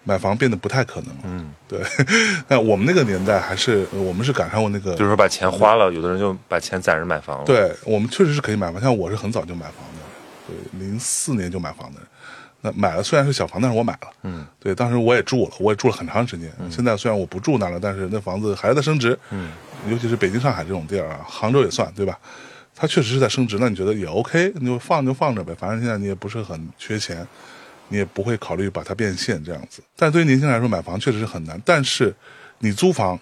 买房变得不太可能了，嗯，对。 *laughs* 那我们那个年代还是呃我们是赶上过那个，
就是说把钱花了，有的人就把钱攒着买房了。，
对我们确实是可以买房，像我是很早就买房的人，对，零四年就买房的人。那买了虽然是小房，但是我买了，嗯，对，当时我也住了，我也住了很长时间。现在虽然我不住那了，但是那房子还是在升值，嗯，尤其是北京、上海这种地儿啊，杭州也算，对吧？它确实是在升值，那你觉得也 OK，你就放就放着呗，反正现在你也不是很缺钱，你也不会考虑把它变现这样子。但对于年轻人来说，买房确实是很难，但是你租房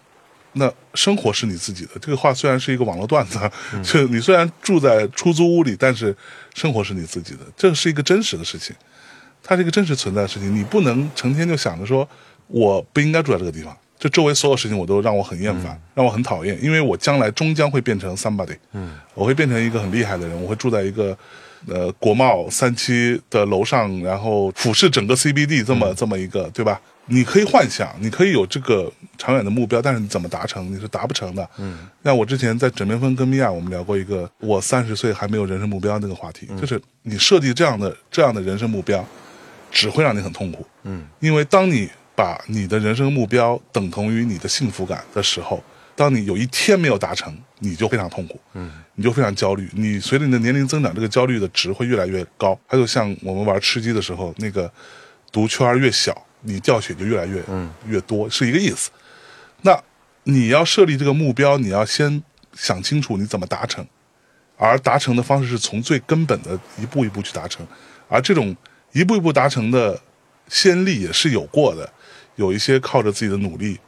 那生活是你自己的，这个话虽然是一个网络段子，啊 *laughs* 就你虽然住在出租屋里，但是生活是你自己的，这是一个真实的事情，它是一个真实存在的事情，你不能成天就想着说我不应该住在这个地方，就周围所有事情我都让我很厌烦，让我很讨厌，因为我将来终将会变成 somebody，嗯，我会变成一个很厉害的人，我会住在一个。呃，国贸三期的楼上，然后俯视整个 CBD 这么、这么一个，对吧？你可以幻想，你可以有这个长远的目标，但是你怎么达成，你是达不成的。嗯，那我之前在枕边风跟米娅我们聊过一个我三十岁还没有人生目标那个话题，就是你设计这样的这样的人生目标，只会让你很痛苦。
嗯，
因为当你把你的人生目标等同于你的幸福感的时候，当你有一天没有达成，你就非常痛苦。嗯，你就非常焦虑。你随着你的年龄增长，这个焦虑的值会越来越高。它就像我们玩吃鸡的时候，那个毒圈儿越小，你掉血就越来越嗯越多，是一个意思。那你要设立这个目标，你要先想清楚你怎么达成，而达成的方式是从最根本的一步一步去达成，而这种一步一步达成的先例也是有过的，有一些靠着自己的努力，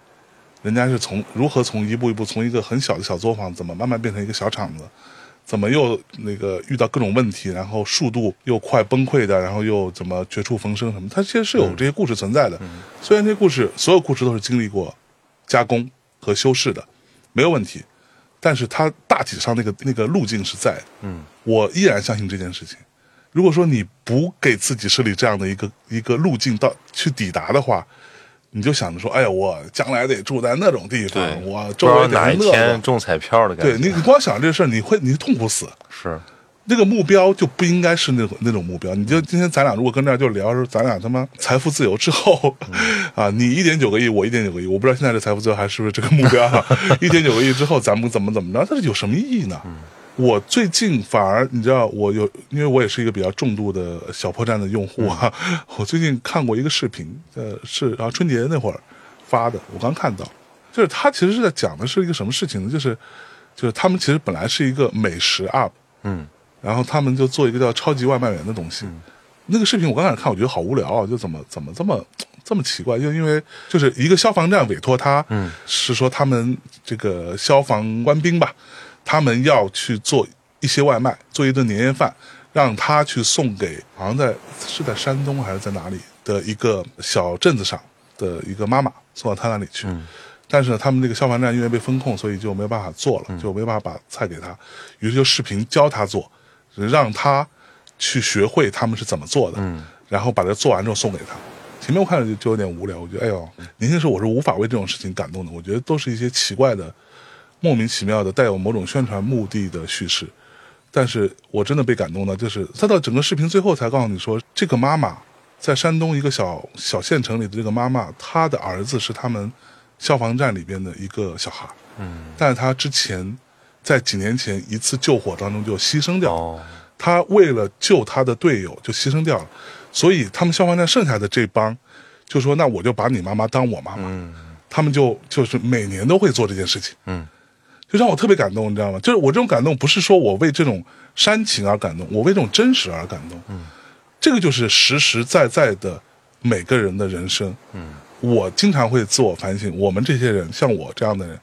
人家是从如何从一步一步从一个很小的小作坊，怎么慢慢变成一个小厂子，怎么又那个遇到各种问题，然后速度又快崩溃的，然后又怎么绝处逢生什么，它其实是有这些故事存在的。
嗯
虽然这些故事所有故事都是经历过加工和修饰的，没有问题，但是它大体上那个那个路径是在的。嗯，我依然相信这件事情。如果说你不给自己设立这样的一个一个路径到去抵达的话，你就想着说，哎呀，我将来得住在那种地
对
方，啊我
不
周
知道
围
哪
得
一
是那
天
个。
中彩票的感
对
觉。
你，你光想这事儿，你会你会痛苦死。
是，
那个目标就不应该是那种那种目标。你就今天咱俩如果跟这儿就聊说，咱俩他妈财富自由之后， *laughs* 啊，你一点九个亿，我一点九个亿，我不知道现在这财富自由还是不是这个目标啊？一点九个亿之后，咱们怎么怎么着？但是有什么意义呢？我最近反而你知道，我有，因为我也是一个比较重度的小破站的用户啊。 *laughs* 我最近看过一个视频，呃，是然后春节那会儿发的，我刚看到，就是他其实是在讲的是一个什么事情呢？就是就是他们其实本来是一个美食 UP，
嗯，
然后他们就做一个叫超级外卖员的东西。那个视频我刚开始看，我觉得好无聊啊，就怎么怎么这么这么奇怪，就因为就是一个消防站委托他，嗯，是说他们这个消防官兵吧，他们要去做一些外卖，做一顿年夜饭，让他去送给好像在是在山东还是在哪里的一个小镇子上的一个妈妈送到他那里去。但是呢，他们这个消防站因为被封控，所以就没有办法做了，就没办法把菜给他，于是就视频教他做，让他去学会他们是怎么做的，然后把它做完之后送给他。前面我看着就就有点无聊，我觉得哎呦，年轻时候我是无法为这种事情感动的，我觉得都是一些奇怪的、莫名其妙的、带有某种宣传目的的叙事。但是我真的被感动的，就是他到整个视频最后才告诉你说，这个妈妈在山东一个小小县城里的这个妈妈，她的儿子是他们消防站里边的一个小孩，嗯，但是他之前在几年前一次救火当中就牺牲掉了，
哦，
他为了救他的队友就牺牲掉了，所以他们消防站剩下的这帮就说：“那我就把你妈妈当我妈妈。他们就就是每年都会做这件事情。
嗯，
就让我特别感动，你知道吗？就是我这种感动，不是说我为这种煽情而感动，我为这种真实而感动。嗯，这个就是实实在在的每个人的人生。嗯，我经常会自我反省，我们这些人，像我这样的人，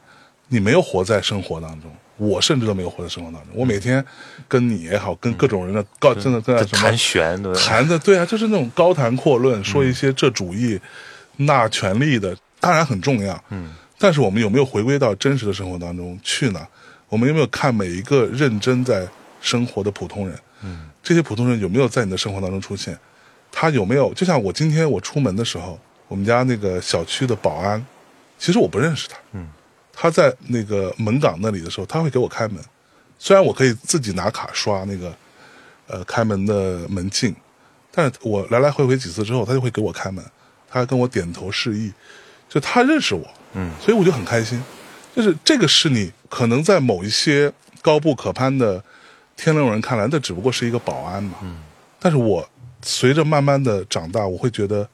你没有活在生活当中。我甚至都没有活在生活当中，我每天跟你也好，跟各种人的高，真的跟
这
什么
谈玄对吧？
谈的，对啊，就是那种高谈阔论，说一些这主义、那权力的，当然很重要，嗯，但是我们有没有回归到真实的生活当中去呢？我们有没有看每一个认真在生活的普通人？嗯，这些普通人有没有在你的生活当中出现？他有没有？就像我今天我出门的时候，我们家那个小区的保安，其实我不认识他，嗯，他在那个门岗那里的时候，他会给我开门，虽然我可以自己拿卡刷那个呃开门的门禁，但是我来来回回几次之后，他就会给我开门，他还跟我点头示意，就他认识我，嗯，所以我就很开心。就是这个是你可能在某一些高不可攀的天龙人看来，那只不过是一个保安嘛，嗯，但是我随着慢慢的长大，我会觉得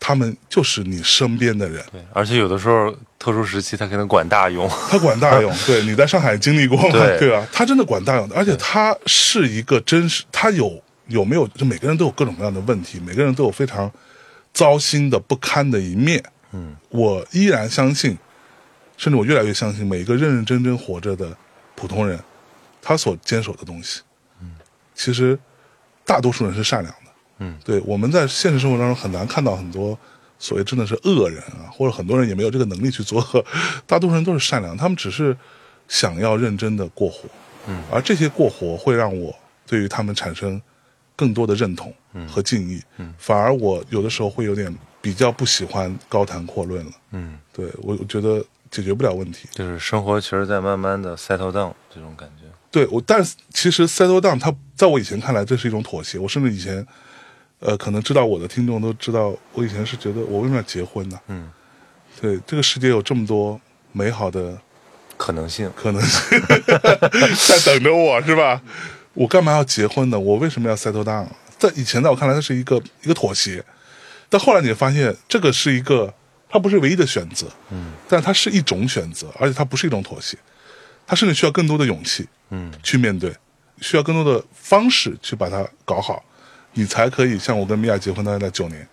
他们就是你身边的人，
对，而且有的时候特殊时期他可能管大用， *laughs*
他管大 *laughs* 用，对你在上海经历过吗？
对
对吧？他真的管大用的，而且他是一个真实，他有有没有？就每个人都有各种各样的问题，每个人都有非常糟心的不堪的一面。嗯，我依然相信，甚至我越来越相信，每一个认认真真活着的普通人，他所坚守的东西，嗯，其实大多数人是善良的。
嗯，
对，我们在现实生活当中很难看到很多所谓真的是恶人啊，或者很多人也没有这个能力去做恶，大多数人都是善良，他们只是想要认真的过活。嗯，而这些过活会让我对于他们产生更多的认同和敬意。嗯，反而我有的时候会有点比较不喜欢高谈阔论了。
嗯，
对我我觉得解决不了问题。
就是生活其实在慢慢的 settle down 这种感觉。
对我，但是其实 settle down，它在我以前看来，这是一种妥协。我甚至以前，呃，可能知道我的听众都知道，我以前是觉得我为什么要结婚呢？
嗯，
对，这个世界有这么多美好的
可能性，
可能性 *laughs* 在等着我，是吧？我干嘛要结婚呢？我为什么要 settle down？在以前在我看来，它是一个一个妥协，但后来你发现，这个是一个，它不是唯一的选择，嗯，但它是一种选择，而且它不是一种妥协，它甚至需要更多的勇气，
嗯，
去面对，需要更多的方式去把它搞好，你才可以像我跟米娅结婚大概在九年，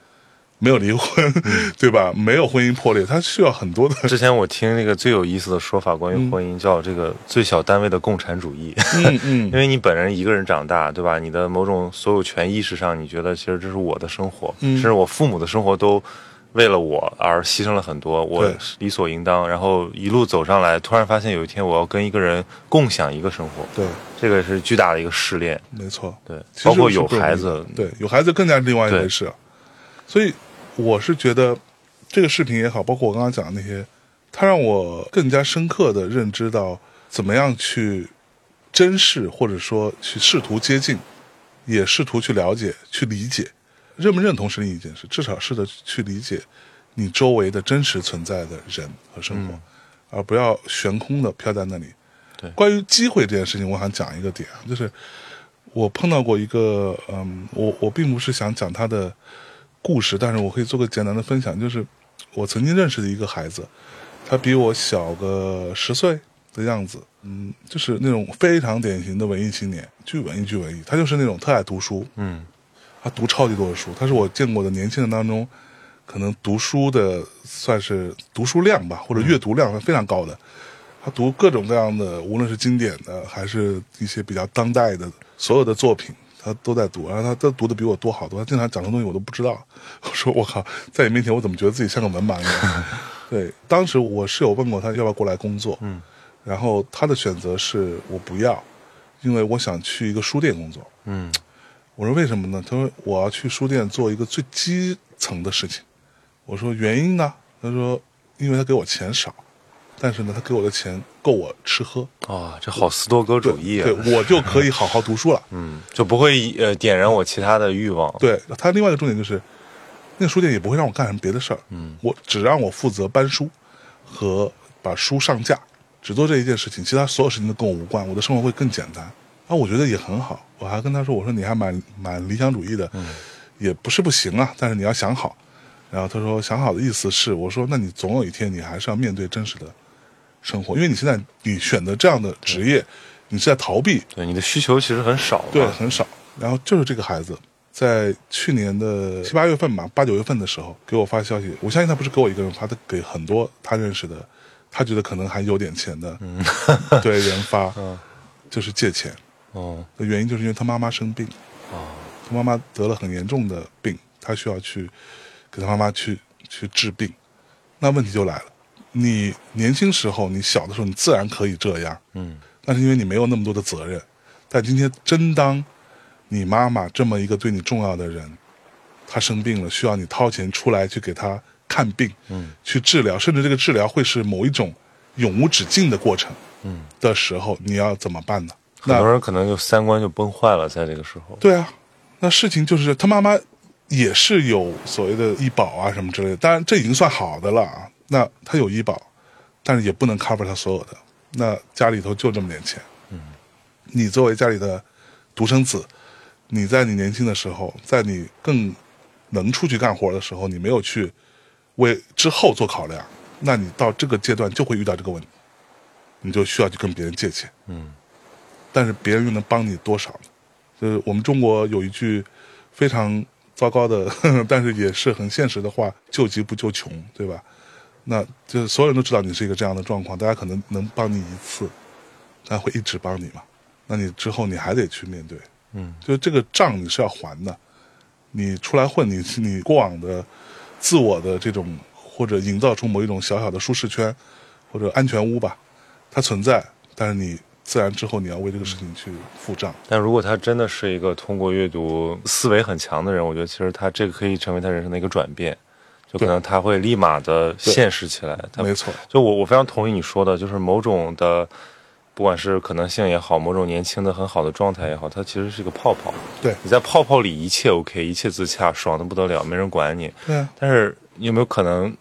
没有离婚，
嗯
*laughs* 对吧？没有婚姻破裂，它需要很多的
之前我听那个最有意思的说法，关于婚姻叫这个最小单位的共产主义。 *laughs*
嗯嗯
因为你本人一个人长大，对吧？你的某种所有权意识上，你觉得其实这是我的生活，
嗯
甚至我父母的生活都为了我而牺牲了很多，我
对
理所应当。然后一路走上来，突然发现有一天我要跟一个人共享一个生活，
对，
这个是巨大的一个试炼。
*laughs* 没错，
对
其，实
包括
是
有
不容易
孩
的
子，
对，有孩子更加另外一
对
回事。啊所以我是觉得这个视频也好，包括我刚刚讲的那些，它让我更加深刻的认知到怎么样去珍视，或者说去试图接近，也试图去了解、去理解。认不认同是另一件事，至少试着去理解你周围的真实存在的人和生活，而不要悬空的飘在那里。
嗯对
关于机会这件事情，我想讲一个点，啊就是我碰到过一个，嗯，我我并不是想讲他的故事，但是我可以做个简单的分享，就是我曾经认识的一个孩子，他比我小个十岁的样子，嗯，就是那种非常典型的文艺青年，巨文艺巨文艺，他就是那种特爱读书，
嗯，
他读超级多的书，他是我见过的年轻人当中，可能读书的算是读书量吧，或者阅读量非常高的。他读各种各样的，无论是经典的还是一些比较当代的，所有的作品他都在读。然啊后他都读的比我多好多，他经常讲出东西我都不知道。 *laughs* 我说我靠，在你面前我怎么觉得自己像个文盲一样？ *laughs* 对，当时我室友问过他要不要过来工作，嗯，然后他的选择是我不要，因为我想去一个书店工作。
嗯，
我说为什么呢？他说我要去书店做一个最基层的事情。我说原因呢？他说因为他给我钱少，但是呢，他给我的钱够我吃喝，
哦，这好斯多哥主义啊
对，我就可以好好读书了。
嗯，就不会呃点燃我其他的欲望。
对他另外一个重点就是，那个书店也不会让我干什么别的事儿，嗯，我只让我负责搬书和把书上架，只做这一件事情，其他所有事情都跟我无关，我的生活会更简单。啊，我觉得也很好，我还跟他说，我说你还蛮蛮理想主义的，嗯，也不是不行啊，但是你要想好。然后他说想好的意思是，我说那你总有一天你还是要面对真实的生活，因为你现在你选择这样的职业，你是在逃避，
对你的需求其实很少嘛， *laughs*
对，很少。然后就是这个孩子，在去年的七八月份吧，八九月份的时候给我发消息，我相信他不是给我一个人发，他给很多他认识的，他觉得可能还有点钱的，对人发，就是借钱。
嗯
的原因就是因为他妈妈生病，他妈妈得了很严重的病，他需要去给他妈妈去去治病。那问题就来了，你年轻时候，你小的时候，你自然可以这样，
嗯，
但是因为你没有那么多的责任。但今天真当你妈妈这么一个对你重要的人，她生病了，需要你掏钱出来去给她看病，
嗯，
去治疗，甚至这个治疗会是某一种永无止境的过程，
嗯，
的时候，你要怎么办呢？
很
那
多人可能就三观就崩坏了，在这个时候，
对啊，那事情就是他妈妈也是有所谓的医保啊什么之类的，当然这已经算好的了啊。那他有医保，但是也不能 cover 他所有的。那家里头就这么点钱，嗯，你作为家里的独生子，你在你年轻的时候，在你更能出去干活的时候，你没有去为之后做考量，那你到这个阶段就会遇到这个问题，你就需要去跟别人借钱，
嗯，
但是别人又能帮你多少呢？就是呃我们中国有一句非常糟糕的， *laughs* 呵呵但是也是很现实的话：救急不救穷，对吧？那就是所有人都知道你是一个这样的状况，大家可能能帮你一次，他会一直帮你嘛？那你之后你还得去面对，
嗯，
就是这个账你是要还的。你出来混，你你过往的自我的这种或者营造出某一种小小的舒适圈或者安全屋吧，它存在，但是你自然之后你要为这个事情去付账。
但如果他真的是一个通过阅读思维很强的人，我觉得其实他这个可以成为他人生的一个转变，就可能他会立马的现实起来。他
没错，
就我我非常同意你说的，就是某种的，不管是可能性也好，某种年轻的很好的状态也好，它其实是一个泡泡。
对
你在泡泡里一切 OK，一切自洽，爽的不得了，没人管你。
对啊，
但是你有没有可能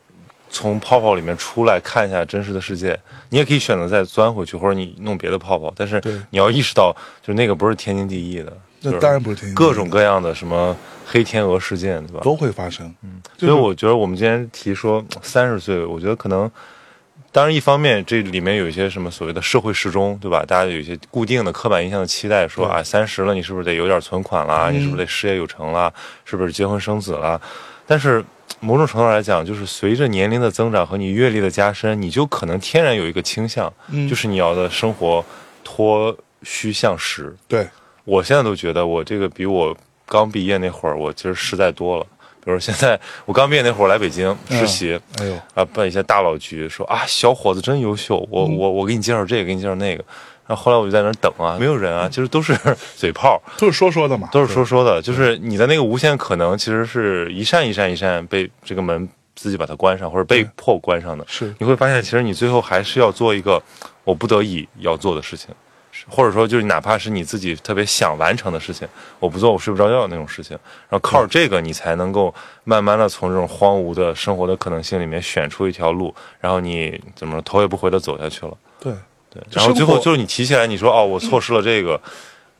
从泡泡里面出来看一下真实的世界？你也可以选择再钻回去，或者你弄别的泡泡。但是
对
你要意识到，就那个不是天经地义的，就
那
是
当然不是天经地义的
各种各样的什么黑天鹅事件，对吧？
都会发生。嗯，
所以我觉得我们今天提说三十岁，我觉得可能，当然一方面这里面有一些什么所谓的社会时钟，对吧？大家有一些固定的刻板印象的期待，说
对嗯
啊三十了你是不是得有点存款啦？你是不是得事业有成啦？是不是结婚生子啦？但是某种程度来讲，就是随着年龄的增长和你阅历的加深，你就可能天然有一个倾向，
嗯
就是你要的生活脱虚向实。
对，
我现在都觉得我这个比我刚毕业那会儿，我其实实在多了。比如现在我刚毕业那会儿来北京实习，
哎呦，
啊，办一些大佬局，说啊，小伙子真优秀，我我我给你介绍这个，给你介绍那个。然后后来我就在那儿等啊，没有人啊，就是都是 *laughs* 嘴炮，
都是说说的嘛，
都是说说的，就是你的那个无限可能，其实是一扇一扇一扇被这个门自己把它关上，或者被迫关上的。
是
你会发现，其实你最后还是要做一个我不得已要做的事情，是或者说就是哪怕是你自己特别想完成的事情，我不做我睡不着觉的那种事情。然后靠着这个，你才能够慢慢的从这种荒芜的生活的可能性里面选出一条路，然后你怎么说头也不回的走下去了。
对，
对，
就
然后最后
生活
就是你提起来，你说哦，我错失了这个，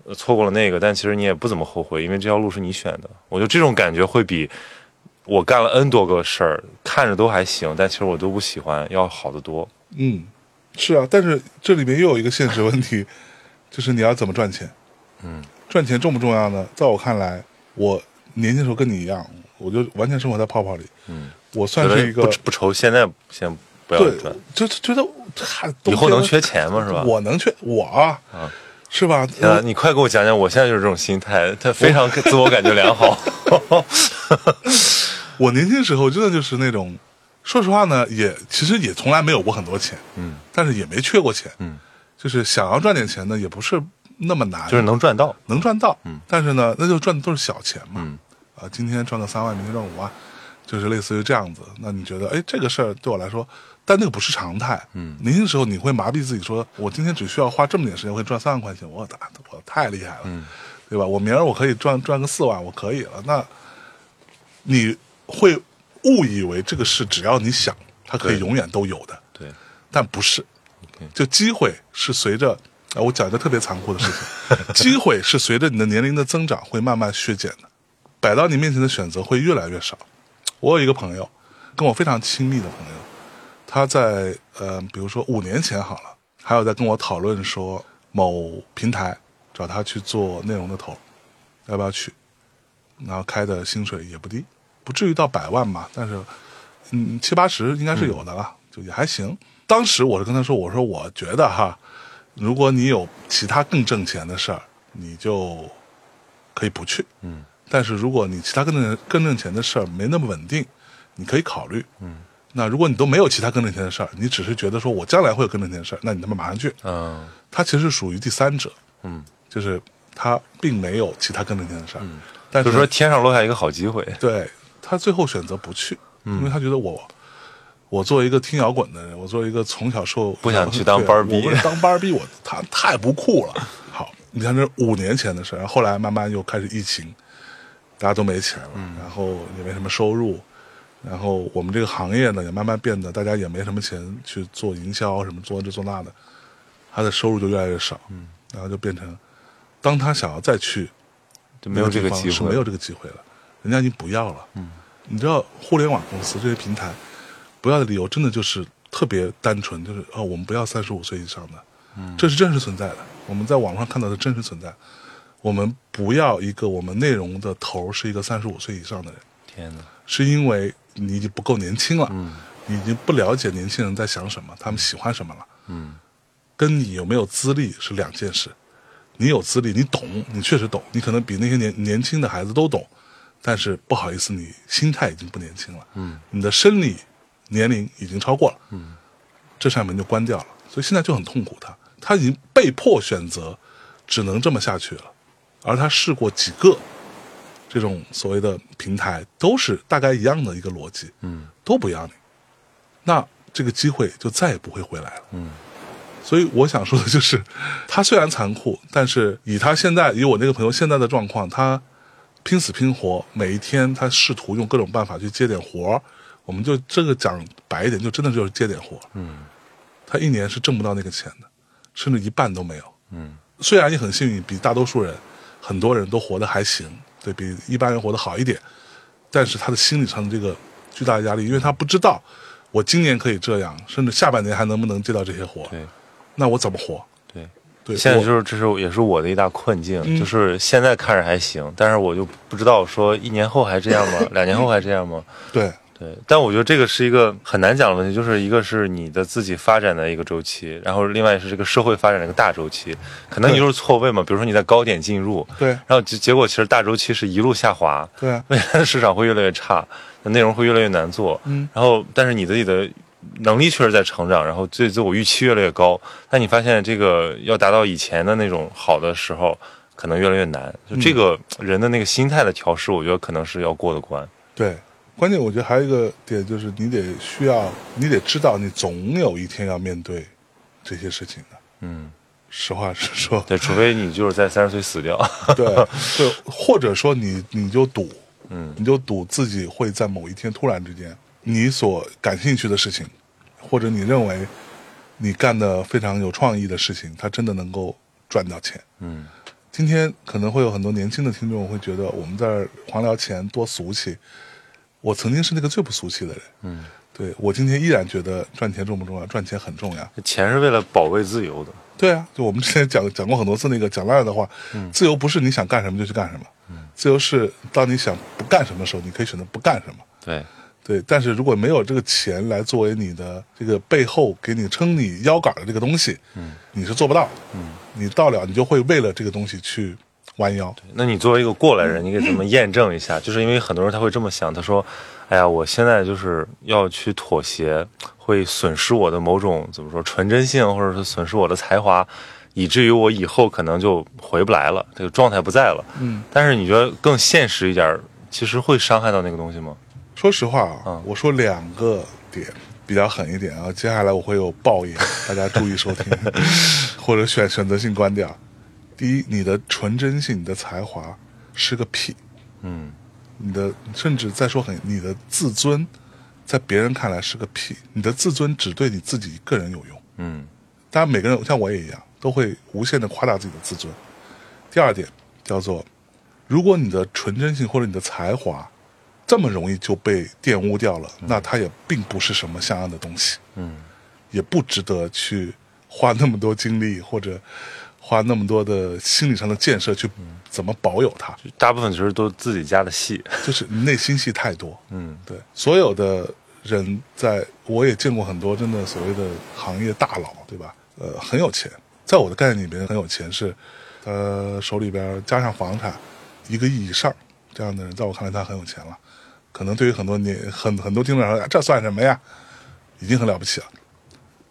呃错过了那个，但其实你也不怎么后悔，因为这条路是你选的。我觉得这种感觉会比我干了 N 多个事儿，看着都还行，但其实我都不喜欢，要好得多。
嗯，是啊。但是这里面又有一个现实问题，就是你要怎么赚钱？
嗯，
赚钱重不重要呢？在我看来，我年轻时候跟你一样，我就完全生活在泡泡里。
嗯，
我算是一个
不不愁，现在先不要
对
赚，，
就就觉得嗨都
以后能缺
钱
钱吗？是吧？
我能缺我啊，是吧？
天啊，你快给我讲讲，我现在就是这种心态，他非常自我感觉良
*laughs*
好。
我年轻时候真的就是那种，说实话呢，也其实也从来没有过很多钱，
嗯，
但是也没缺过钱，
嗯，
就是想要赚点钱呢，也不是那么难，
就是能赚到，
能赚到，
嗯，
但是呢，那就赚的都是小钱嘛，
嗯
啊，今天赚个三万，明天赚五万，就是类似于这样子。那你觉得，哎，这个事儿对我来说，但那个不是常态，
嗯
年轻时候你会麻痹自己说，我今天只需要花这么点时间，我可以赚三万块钱，我打我太厉害了，
嗯
对吧？我明儿我可以赚赚个四万，我可以了。那你会误以为这个事只要你想，它可
对
以永远都有的，
对，
但不是
OK。
就机会是随着啊，我讲一个特别残酷的事情，机会是随着你的年龄的增长会慢慢削减的，摆到你面前的选择会越来越少。我有一个朋友，跟我非常亲密的朋友，他在呃，比如说五年前好了，还有在跟我讨论说某平台找他去做内容的头，要不要去？然后开的薪水也不低，不至于到百万吧，但是嗯七八十应该是有的
嗯
了，就也还行。当时我就跟他说，我说我觉得哈，如果你有其他更挣钱的事儿，你就可以不去。
嗯，
但是如果你其他更挣更挣钱的事儿没那么稳定，你可以考虑。嗯，那如果你都没有其他更挣钱的事儿，你只是觉得说我将来会有更挣钱的事儿，那你他妈马上去。
嗯
他其实属于第三者，
嗯，
就是他并没有其他更挣钱的事儿，但
就是说天上落下一个好机会，
对他最后选择不去，
嗯
因为他觉得我。我作为一个听摇滚的人，我作为一个从小受
不想去当
对
班儿逼
我不是当班儿逼，我他太不酷了。好，你看这是五年前的事儿，然后后来慢慢又开始疫情，大家都没钱了，
嗯
然后也没什么收入，然后我们这个行业呢也慢慢变得大家也没什么钱去做营销什么做这做那的，他的收入就越来越少，嗯，然后就变成，当他想要再去
就没有这个
那地
机
方是
会，
没有这个机会了，人家已经不要了。嗯，你知道互联网公司这些平台不要的理由，真的就是特别单纯，就是哦，我们不要三十五岁以上的，嗯，这是真实存在的，我们在网上看到的真实存在。我们不要一个我们内容的头儿是一个三十五岁以上的人，
天哪，
是因为你已经不够年轻了，
嗯
你已经不了解年轻人在想什么，他们喜欢什么了。
嗯，
跟你有没有资历是两件事。你有资历，你懂，你确实懂，你可能比那些年年轻的孩子都懂，但是不好意思，你心态已经不年轻了。
嗯，
你的生理年龄已经超过了。嗯，这扇门就关掉了，所以现在就很痛苦他。他已经被迫选择，只能这么下去了。而他试过几个这种所谓的平台，都是大概一样的一个逻辑，
嗯
都不要你，那这个机会就再也不会回来了。
嗯，
所以我想说的就是，他虽然残酷，但是以他现在，以我那个朋友现在的状况，他拼死拼活，每一天他试图用各种办法去接点活儿。我们就这个讲白一点，就真的就是接点活儿。
嗯
他一年是挣不到那个钱的，甚至一半都没有。
嗯
虽然你很幸运，比大多数人，很多人都活得还行，对比一般人活得好一点，但是他的心理上的这个巨大的压力，因为他不知道我今年可以这样，甚至下半年还能不能接到这些活，
对
那我怎么活？
对。
对，
现在
我
就是这是也是我的一大困境，
嗯
就是现在看着还行，但是我就不知道说一年后还这样
*laughs*
吗？两年后还这样吗？
对，
对，但我觉得这个是一个很难讲的问题，就是一个是你的自己发展的一个周期，然后另外是这个社会发展的一个大周期，可能
对
你就是错位嘛，比如说你在高点进入，
对，
然后结结果其实大周期是一路下滑，
对啊，
未来的市场会越来越差，内容会越来越难做，
嗯，
然后但是你自己的能力确实在成长，然后对自我预期越来越高，但你发现这个要达到以前的那种好的时候，可能越来越难，就这个人的那个心态的调试，我觉得可能是要过的关，
对。关键我觉得还有一个点就是，你得需要，你得知道，你总有一天要面对这些事情的。
嗯。
实话实说，
对，除非你就是在三十岁死掉。 *laughs*
对对，或者说你你就赌，
嗯
你就赌自己会在某一天突然之间，你所感兴趣的事情，或者你认为你干的非常有创意的事情，它真的能够赚到钱。
嗯
今天可能会有很多年轻的听众会觉得我们在这儿狂聊钱多俗气，我曾经是那个最不俗气的人。
嗯，
对我今天依然觉得赚钱重不重要？赚钱很重要。
钱是为了保卫自由的。
对啊，就我们之前讲讲过很多次那个讲烂了的话，自由不是你想干什么就去干什么，自由是当你想不干什么的时候，你可以选择不干什么。
对，
对，但是如果没有这个钱来作为你的这个背后给你撑你腰杆儿的这个东西，嗯，你是做不到的。嗯，你到了，你就会为了这个东西去弯腰。
那你作为一个过来人，你给咱们验证一下，就是因为很多人他会这么想，他说：“哎呀，我现在就是要去妥协，会损失我的某种怎么说纯真性，或者是损失我的才华，以至于我以后可能就回不来了，这个状态不在了。”
嗯，
但是你觉得更现实一点儿，其实会伤害到那个东西吗？
说实话啊，
嗯
我说两个点比较狠一点啊，接下来我会有
*laughs*
爆言，大家注意收听，或者选选择性关掉。第一，你的纯真性、你的才华是个屁，
嗯
你的甚至再说狠，你的自尊在别人看来是个屁，你的自尊只对你自己一个人有用。
嗯
当然，每个人像我也一样，都会无限的夸大自己的自尊。第二点叫做，如果你的纯真性或者你的才华这么容易就被玷污掉了，那它也并不是什么像样的东西，
嗯，
也不值得去花那么多精力或者花那么多的心理上的建设去怎么保有它，
就大部分其实都是自己家的戏，
就是内心戏太多。
嗯
对，所有的人在，我也见过很多真的所谓的行业大佬，对吧？呃，很有钱，在我的概念里边，很有钱是，他手里边加上房产一个亿以上这样的人，在我看来他很有钱了。可能对于很多年很很多听众来说，哎这算什么呀？已经很了不起了。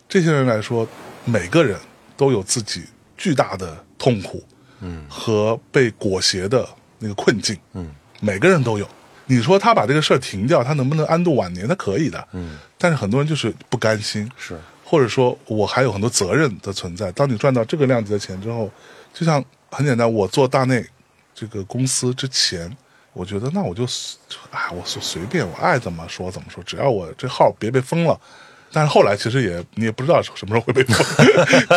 这些人来说，每个人都有自己巨大的痛苦，嗯，和被裹挟的那个困境，
嗯，
每个人都有。你说他把这个事儿停掉，他能不能安度晚年？他可以的，
嗯，
但是很多人就是不甘心，
是，
或者说我还有很多责任的存在。当你赚到这个量级的钱之后，就像很简单，我做大内这个公司之前，我觉得那我就随哎，我随随便，我爱怎么说怎么说，只要我这号别被封了。但是后来其实也你也不知道什么时候会被封，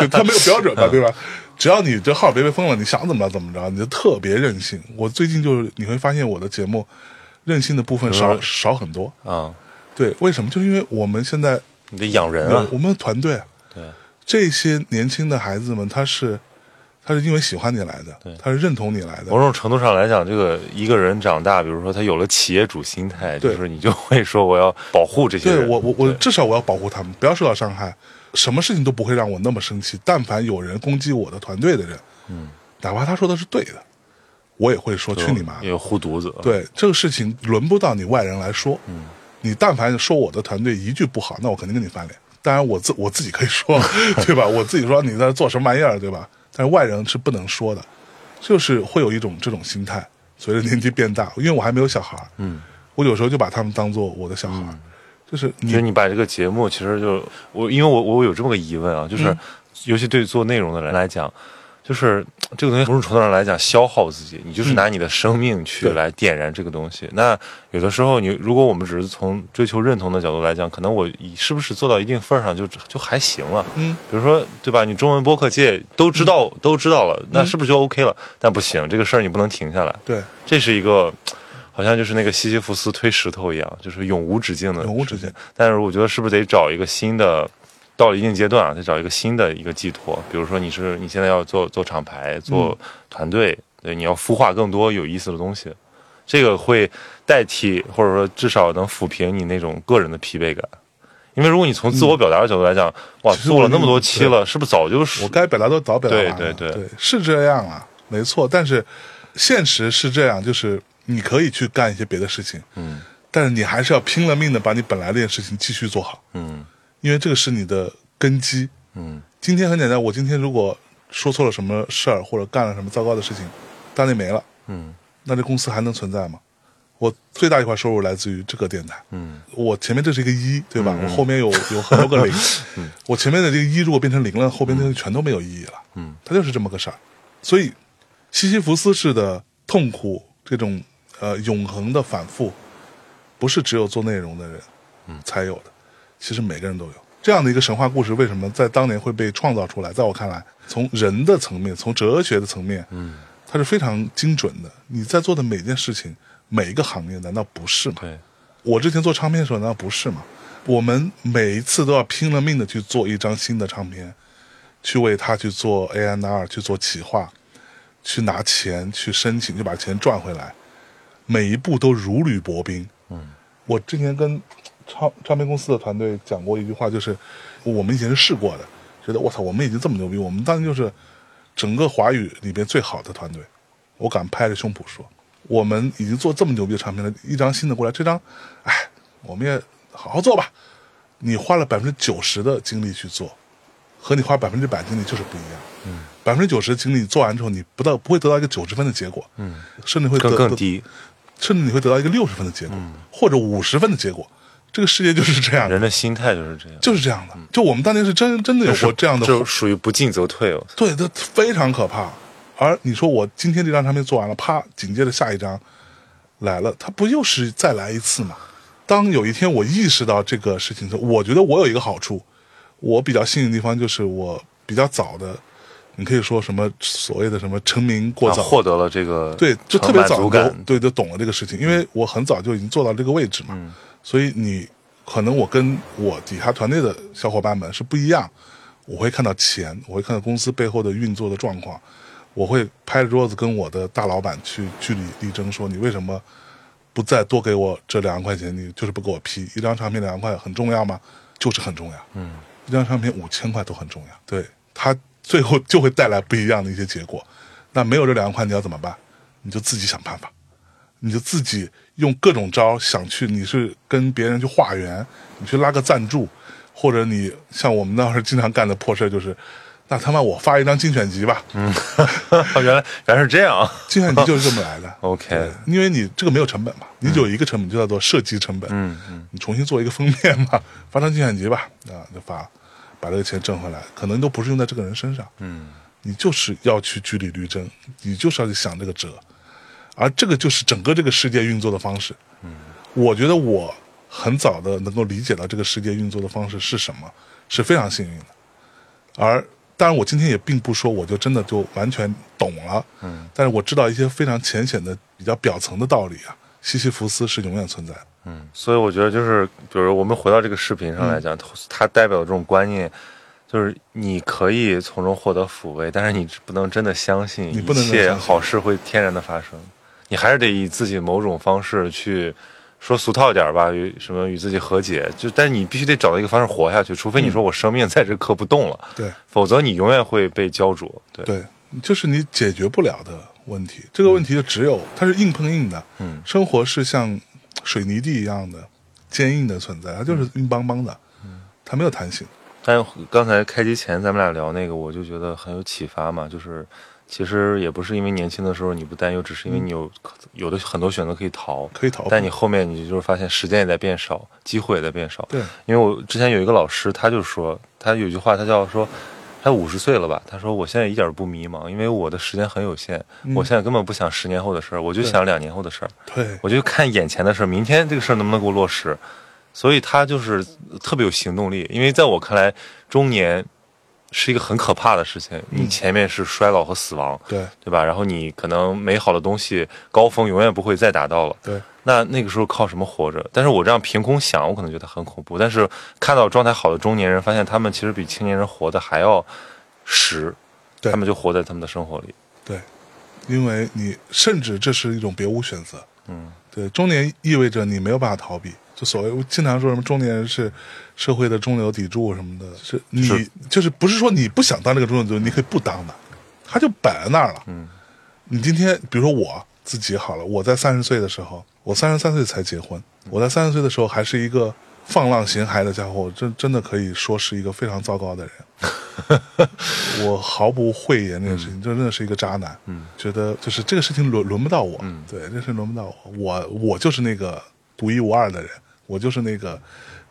就 *laughs* 他没有标准嘛，对吧？只要你这号别被封了，你想怎么着怎么着，你就特别任性。我最近就是你会发现我的节目任性的部分少
嗯
少很多，
啊，
对，为什么？就是因为我们现在
你得养人
我
啊，
我们的团队啊，
对，
这些年轻的孩子们，他是他是因为喜欢你来的，他是认同你来的
某，种程度上来讲，这个一个人长大，比如说他有了企业主心态，
对
就是你就会说我要保护这些
对
人。
我我我
对
至少我要保护他们，不要受到伤害。什么事情都不会让我那么生气。但凡有人攻击我的团队的人，
嗯，
哪怕他说的是对的，我也会说去你妈的。
有护犊子。，
对这个事情轮不到你外人来说，嗯，你但凡说我的团队一句不好，那我肯定跟你翻脸。当然我自我自己可以说， *laughs* 对吧？我自己说你在做什么玩意儿，对吧？但是外人是不能说的，就是会有一种这种心态。随着年纪变大，因为我还没有小孩，
嗯，
我有时候就把他们当做我的小孩，就是
其
你
实你把这个节目，其实就我，因为我我有这么个疑问啊，就是、
嗯
尤其对做内容的人来讲，就是这个东西某种程度上来讲消耗自己，你就是拿你的生命去
嗯对
来点燃这个东西。那有的时候你如果我们只是从追求认同的角度来讲，可能我以是不是做到一定份儿上就就还行了。
嗯，
比如说，对吧？你中文播客界都知道，都知道了，
嗯
那是不是就 OK 了？但不行，这个事儿你不能停下来。
对
这是一个，好像就是那个西西弗斯推石头一样，就是永无止境的，
永无止境。
但是我觉得是不是得找一个新的，到了一定阶段啊，得找一个新的一个寄托。比如说你是你现在要做做厂牌、做团队，对，你要孵化更多有意思的东西，这个会代替或者说至少能抚平你那种个人的疲惫感。因为如果你从自我表达的角度来讲，哇，
其实
做
我
了那么
那个
多期了，是不是早就是
我该表达都早表达完了，
对对对
是这样啊，没错。但是现实是这样，就是你可以去干一些别的事情，
嗯
但是你还是要拼了命的把你本来这件事情继续做好，
嗯
因为这个是你的根基。
嗯
今天很简单，我今天如果说错了什么事儿，或者干了什么糟糕的事情，单位没了，
嗯
那这公司还能存在吗？我最大一块收入来自于这个电台，
嗯
我前面这是一个一，对吧？我后面有有很多个
*laughs*
零，我前面的这个一如果变成零了，后边那个全都没有意义了。
嗯，
它就是这么个事儿。所以，西西弗斯式的痛苦，这种呃永恒的反复，不是只有做内容的人
嗯
才有的，其实每个人都有。这样的一个神话故事，为什么在当年会被创造出来？在我看来，从人的层面，从哲学的层面，嗯，它是非常精准的。你在做的每件事情，每一个行业，难道不是吗？
对，
我之前做唱片的时候，难道不是吗？我们每一次都要拼了命的去做一张新的唱片，去为它去做 ANR，去做企划，去拿钱去申请，去把钱赚回来，每一步都如履薄冰。嗯，我之前跟唱唱片公司的团队讲过一句话，就是我们以前是试过的，觉得我操，我们已经这么牛逼，我们当年就是整个华语里边最好的团队，我敢拍着胸脯说，我们已经做这么牛逼的唱片了，一张新的过来，这张，哎，我们也好好做吧。你花了百分之九十的精力去做，和你花百分之百精力就是不一样。嗯，百分之九十的精力做完之后，你不到不会得到一个九十分的结果，嗯，甚至会
更
得
更
得
低，
甚至你会得到一个六十分的结果，或者五十分的结果。这个世界就是这样的，
嗯人的心态就是这样。
就是这样的。就我们当年是真真的有过这样的
就属于不进则退哦。
对，它非常可怕。而你说我今天这张唱片做完了，啪，紧接着下一张来了，它不又是再来一次吗？当有一天我意识到这个事情的时候，我觉得我有一个好处，我比较幸运的地方就是我比较早的你可以说什么所谓的什么成名过
啊
早，
获得了这个
对，就特别
满
早
足
就
感，嗯
对就懂了这个事情，因为我很早就已经做到这个位置嘛，所以你可能我跟我底下团队的小伙伴们是不一样，我会看到钱，我会看到公司背后的运作的状况，我会拍着桌子跟我的大老板去据理力争，说你为什么不再多给我这两万块钱，你就是不给我批一张唱片两万块很重要吗？就是很重要，嗯，一张唱片五千块都很重要，对它最后就会带来不一样的一些结果。那没有这两万块，你要怎么办？你就自己想办法，你就自己用各种招想去，你是跟别人去化缘，你去拉个赞助，或者你像我们那会儿经常干的破事儿就是，那他妈我发一张精选集吧，
嗯 *laughs* 原来原来是这样。
精选集就是这么来的。对
OK，
因为你这个没有成本嘛，你只有一个成本，就叫做设计成本。嗯嗯，你重新做一个封面嘛，发张精选集吧，啊，就发，把这个钱挣回来，可能都不是用在这个人身上。嗯，你就是要去据理力争，你就是要去想这个辙，而这个就是整个这个世界运作的方式。嗯，我觉得我很早的能够理解到这个世界运作的方式是什么，是非常幸运的。而当然，我今天也并不说我就真的就完全懂了，嗯，但是我知道一些非常浅显的、比较表层的道理啊，西西弗斯是永远存在的。
所以我觉得就是，比如我们回到这个视频上
嗯
来讲，它它代表的这种观念，就是你可以从中获得抚慰，但是你不能真的相信
你不能
一
真的
切
相信
好事会天然的发生，你还是得以自己某种方式去。说俗套点儿吧，与什么与自己和解，就但是你必须得找到一个方式活下去，除
嗯
非你说我生命在这刻不动了，
对
否则你永远会被焦灼。对，
对，就是你解决不了的问题，这个问题就只有它是硬碰硬的，
嗯，
生活是像水泥地一样的坚硬的存在，它就是
嗯
硬邦邦的，它没有弹性。
但刚才开机前咱们俩聊那个，我就觉得很有启发嘛，就是其实也不是因为年轻的时候你不担忧，只是因为你有、有的很多选择可以嗯逃，
可以逃避
但你后面你就是发现时间也在变少，机会也在变少。
对，
因为我之前有一个老师，他就说他有句话，他叫说。他五十岁了吧？他说我现在一点儿不迷茫，因为我的时间很有限，我现在根本不想十年后的事儿，我就想两年后的事儿。
对，
我就看眼前的事儿，明天这个事儿能不能给我落实。所以他就是特别有行动力，因为在我看来，中年是一个很可怕的事情。你前面是衰老和死亡，
对，
对吧？然后你可能美好的东西高峰永远不会再达到了。
对，
那那个时候靠什么活着？但是我这样凭空想，我可能觉得很恐怖。但是看到状态好的中年人，发现他们其实比青年人活得还要实，
对
他们就活在他们的生活里。
对，因为你甚至这是一种别无选择。嗯，对，中年意味着你没有办法逃避。就所谓经常说什么中年人是社会的中流砥柱什么的，是你
是
就是不是说你不想当这个中流砥柱，你可以不当的，他就摆在那儿了。嗯，你今天比如说我自己好了，我在三十岁的时候，我三十三岁才结婚，我在三十岁的时候还是一个放浪形骸的家伙，我真真的可以说是一个非常糟糕的人。 *laughs* 我毫不讳言这件事情，这真的是一个渣男。嗯，觉得就是这个事情轮轮不到我，嗯、对，这事轮不到我，我我就是那个独一无二的人，我就是那个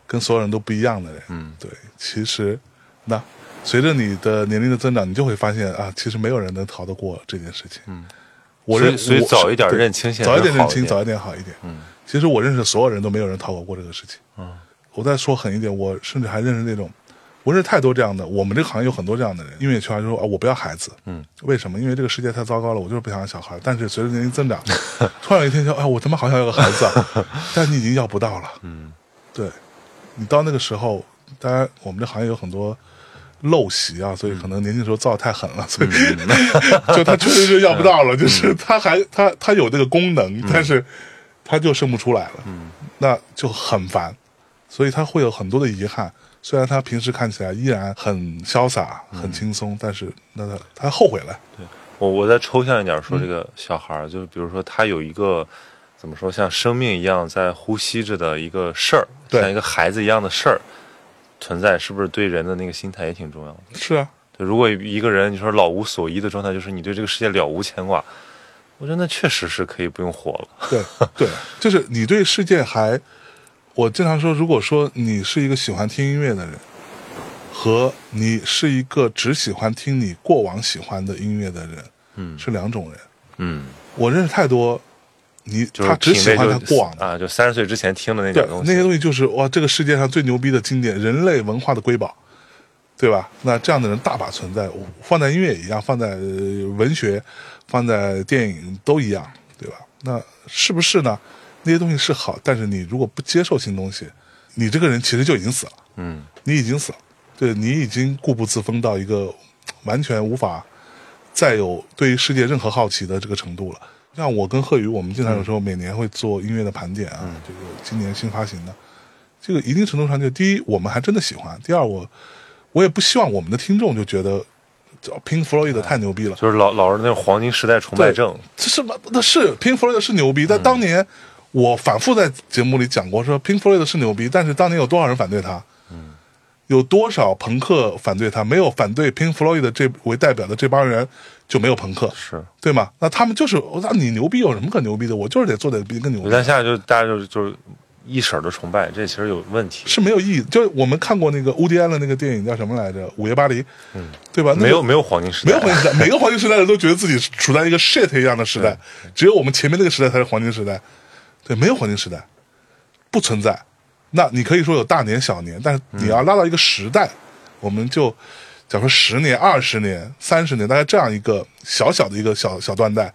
跟所有人都不一样的人。嗯，对，其实那随着你的年龄的增长，你就会发现啊，其实没有人能逃得过这件事情。嗯，我
所以
认
所以
我
早一点
对
认清现实
早一点
好
认
一
清，
点
早一点好一点。嗯，其实我认识的所有人都没有人逃过过这个事情。嗯，我再说狠一点，我甚至还认识那种我认识太多这样的，我们这个行业有很多这样的人，音乐圈就说啊，我不要孩子，嗯，为什么？因为这个世界太糟糕了，我就是不想要小孩。但是随着年龄增长， *laughs* 突然有一天说，哎，我他妈好想要个孩
*laughs*
子啊，但你已经要不到了，嗯，对，你到那个时候，当然我们这行业有很多。陋习啊，所以可能年轻时候造得太狠了，所以 *laughs* 就他确实是要不到了，就是他还他他有这个功能，但是他就生不出来了，那就很烦。所以他会有很多的遗憾。虽然他平时看起来依然很潇洒、很轻松，但是那他他后悔了。
我我再抽象一点
嗯
说，这个小孩儿、就是比如说他有一个怎么说，像生命一样在呼吸着的一个事儿，
对
像一个孩子一样的事儿存在，是不是对人的那个心态也挺重要的？
是啊，
对，如果一个人你说老无所依的状态，就是你对这个世界了无牵挂，我觉得那确实是可以不用活了。 *laughs*
对对，就是你对世界还，我经常说，如果说你是一个喜欢听音乐的人，和你是一个只喜欢听你过往喜欢的音乐的人，
嗯
是两种人。
嗯，
我认识太多，你
就是
他只喜
品
欢
味
他
就
过往的。
啊，就三十岁之前听的那
对
点，东
那
西，
些东西就是哇，这个世界上最牛逼的经典，人类文化的瑰宝。对吧？那这样的人大把存在，放在音乐也一样，放在呃文学、放在电影都一样，对吧？那是不是呢？那些东西是好，但是你如果不接受新东西，你这个人其实就已经死了，
嗯，
你已经死了，对你已经固步自封到一个完全无法再有对于世界任何好奇的这个程度了。像我跟贺宇，我们经常有时候每年会做音乐的盘点啊，这个今年新发行的，这个一定程度上就第一，我们还真的喜欢；第二，我我也不希望我们的听众就觉得这 Pink Floyd 太牛逼了，
就是老老是那种黄金时代崇拜症，
这是吧？那是 Pink Floyd 是牛逼，但当年我反复在节目里讲过，说 Pink Floyd 是牛逼，但是当年有多少人反对他？嗯，有多少朋克反对他？没有反对 Pink Floyd 的这为代表的这帮人就没有朋克，
是。
对吗？那他们就是，哦那你牛逼有什么可牛逼的？我就是得做得比你更牛逼
但，现在就大家就就是一婶儿的崇拜，这其实有问题，
是没有意义。就是我们看过那个乌迪安的那个电影叫什么来着，《午夜巴黎》，嗯，对吧？那个
没有没有黄金时
没有
代，
黄金时代，每个黄金时代人都觉得自己处在一个 shit 一样的时代，只有我们前面那个时代才是黄金时代。对，没有黄金时代，不存在。那你可以说有大年小年，但是
嗯
你要拉到一个时代，我们就假如说十年、二十年、三十年，大概这样一个小小的一个小小断代，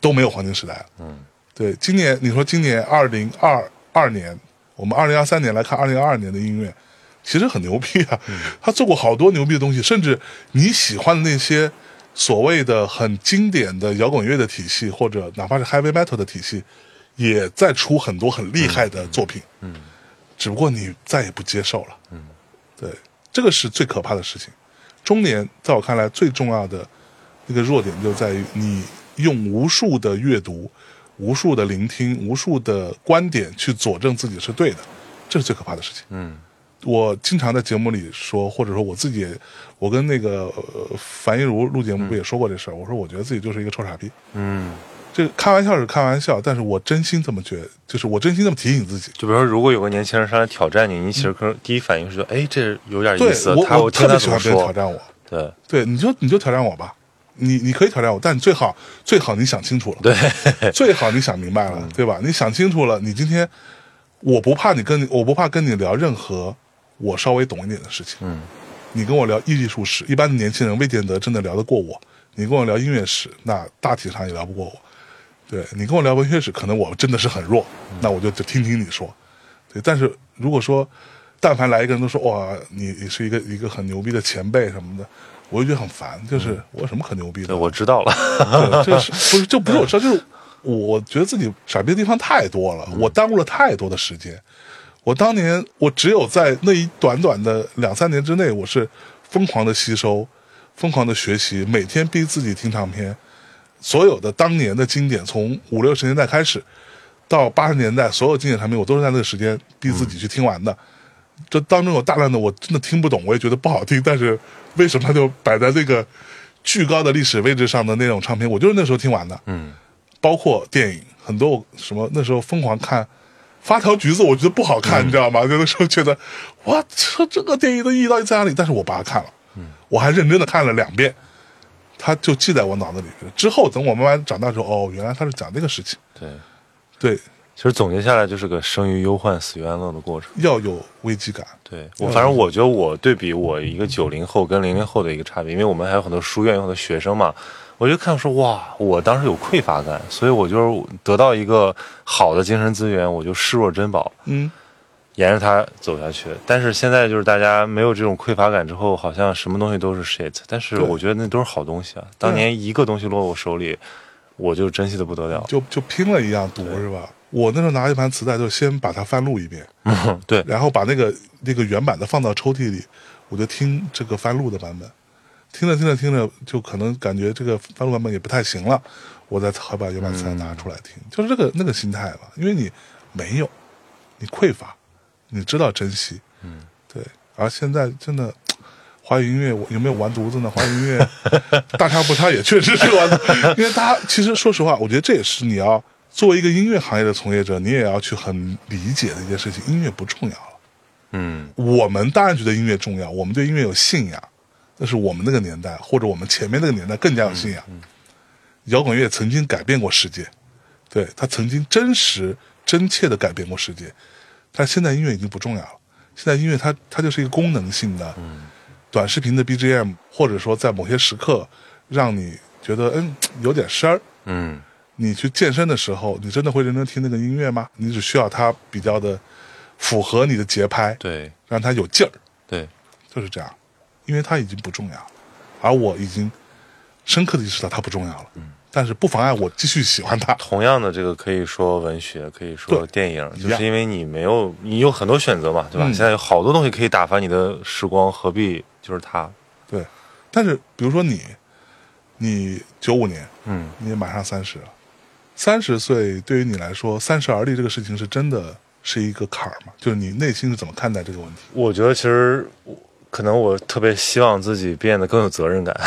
都没有黄金时代了。
嗯
对，今年你说今年二零二二年，我们二零二三年来看二零二二年的音乐，其实很牛逼啊。他做过好多牛逼的东西，甚至你喜欢的那些所谓的很经典的摇滚乐的体系，或者哪怕是 heavy metal 的体系，也在出很多很厉害的作品。嗯，只不过你再也不接受了。嗯，对，这个是最可怕的事情。中年在我看来最重要的那个弱点就在于你用无数的阅读、无数的聆听、无数的观点去佐证自己是对的，这是最可怕的事情。
嗯，
我经常在节目里说，或者说我自己也，我跟那个、呃、樊一茹录节目不也说过这事儿？我说我觉得自己就是一个臭傻逼，
嗯，
这个开玩笑是开玩笑，但是我真心这么觉得，就是我真心这么提醒自己。
就比如说如果有个年轻人上来挑战你，你其实可能第一反应是觉得，哎，这有点
嗯对
意思，他
我，我
听
特
他怎
别喜
么
欢别人挑
说，
战我，
对
对，你就你就挑战我吧，你你可以挑战我，但你最好最好你想清楚了。
对， *laughs* 嗯
最好你想明白了，对吧？你想清楚了，你今天我不怕你跟你，我不怕跟你聊任何我稍微懂一点的事情。
嗯，
你跟我聊艺术史，一般的年轻人未见得真的聊得过我。你跟我聊音乐史，那大体上也聊不过我。对你跟我聊文学史，可能我真的是很弱，
嗯
那我就只听听你说。对，但是如果说，但凡来一个人都说哇，你你是一个一个很牛逼的前辈什么的，我就觉得很烦，
嗯
就是我有什么可牛逼的
对，？我知道了， *laughs*
对这是不是就不是我事儿，就是我觉得自己傻逼的地方太多了，我耽误了太多的时间。我当年我只有在那一短短的两三年之内，我是疯狂的吸收，疯狂的学习，每天逼自己听唱片，所有的当年的经典，从五六十年代开始到八十年代，所有经典唱片我都是在那个时间逼自己去听完的。这当中有大量的我真的听不懂，我也觉得不好听，但是为什么它就摆在这个巨高的历史位置上的那种唱片，我就是那时候听完的。
嗯，
包括电影，很多我什么那时候疯狂看《发条橘子》，我觉得不好看，你知道吗？就那时候觉得，哇，这这个电影的意义到底在哪里？但是我把它看了，我还认真的看了两遍，它就记在我脑子里。之后等我慢慢长大之后，哦，原来它是讲这个事情。
对。
对，
其实总结下来就是个生于忧患，死于安乐的过程。
要有危机感。
对
嗯
我，反正我觉得我对比我一个九零后跟零零后的一个差别，因为我们还有很多书院，有很多学生嘛，我就看说哇，我当时有匮乏感，所以我就是得到一个好的精神资源，我就视若珍宝，
嗯，
沿着它走下去。但是现在就是大家没有这种匮乏感之后，好像什么东西都是 shit，但是
对
我觉得那都是好东西啊。当年一个东西落我手里，我就珍惜的不得了。
就就拼了一样读是吧？我那时候拿一盘磁带，就先把它翻录一遍，
*laughs* 对，
然后把那个那个原版的放到抽屉里，我就听这个翻录的版本，听着听着听着，就可能感觉这个翻录版本也不太行了，我再还把原版磁带拿出来听，就是这个那个心态吧，因为你没有，你匮乏，你知道珍惜，嗯，对，而现在真的。华语音乐我有没有完犊子呢？华语音乐大差不差，也确实是完犊子。因为大家其实说实话，我觉得这也是你要作为一个音乐行业的从业者，你也要去很理解的一件事情。音乐不重要了，
嗯，
我们当然觉得音乐重要，我们对音乐有信仰，那是我们那个年代或者我们前面那个年代更加有信仰。摇滚乐曾经改变过世界，对它曾经真实真切的改变过世界，但现在音乐已经不重要了。现在音乐它它就是一个功能性的，短视频的 BGM，或者说在某些时刻让你觉得嗯有点声儿，
嗯
你去健身的时候，你真的会认真听那个音乐吗？你只需要它比较的符合你的节拍，
对
让它有劲儿，
对，
就是这样。因为它已经不重要了，而我已经深刻的意识到它不重要了。嗯，但是不妨碍我继续喜
*laughs*
欢它。
同样的这个可以说文学，可以说
对
电影，
一
就
样
是因为你没有你有很多选择嘛，对吧？
嗯
现在有好多东西可以打发你的时光，何必就是它？
对，但是比如说你，你九五年，
嗯，
你也马上三十了，三十岁对于你来说，三十而立这个事情是真的是一个坎儿吗？就是你内心是怎么看待这个问题？
我觉得其实我可能我特别希望自己变得更有责任感，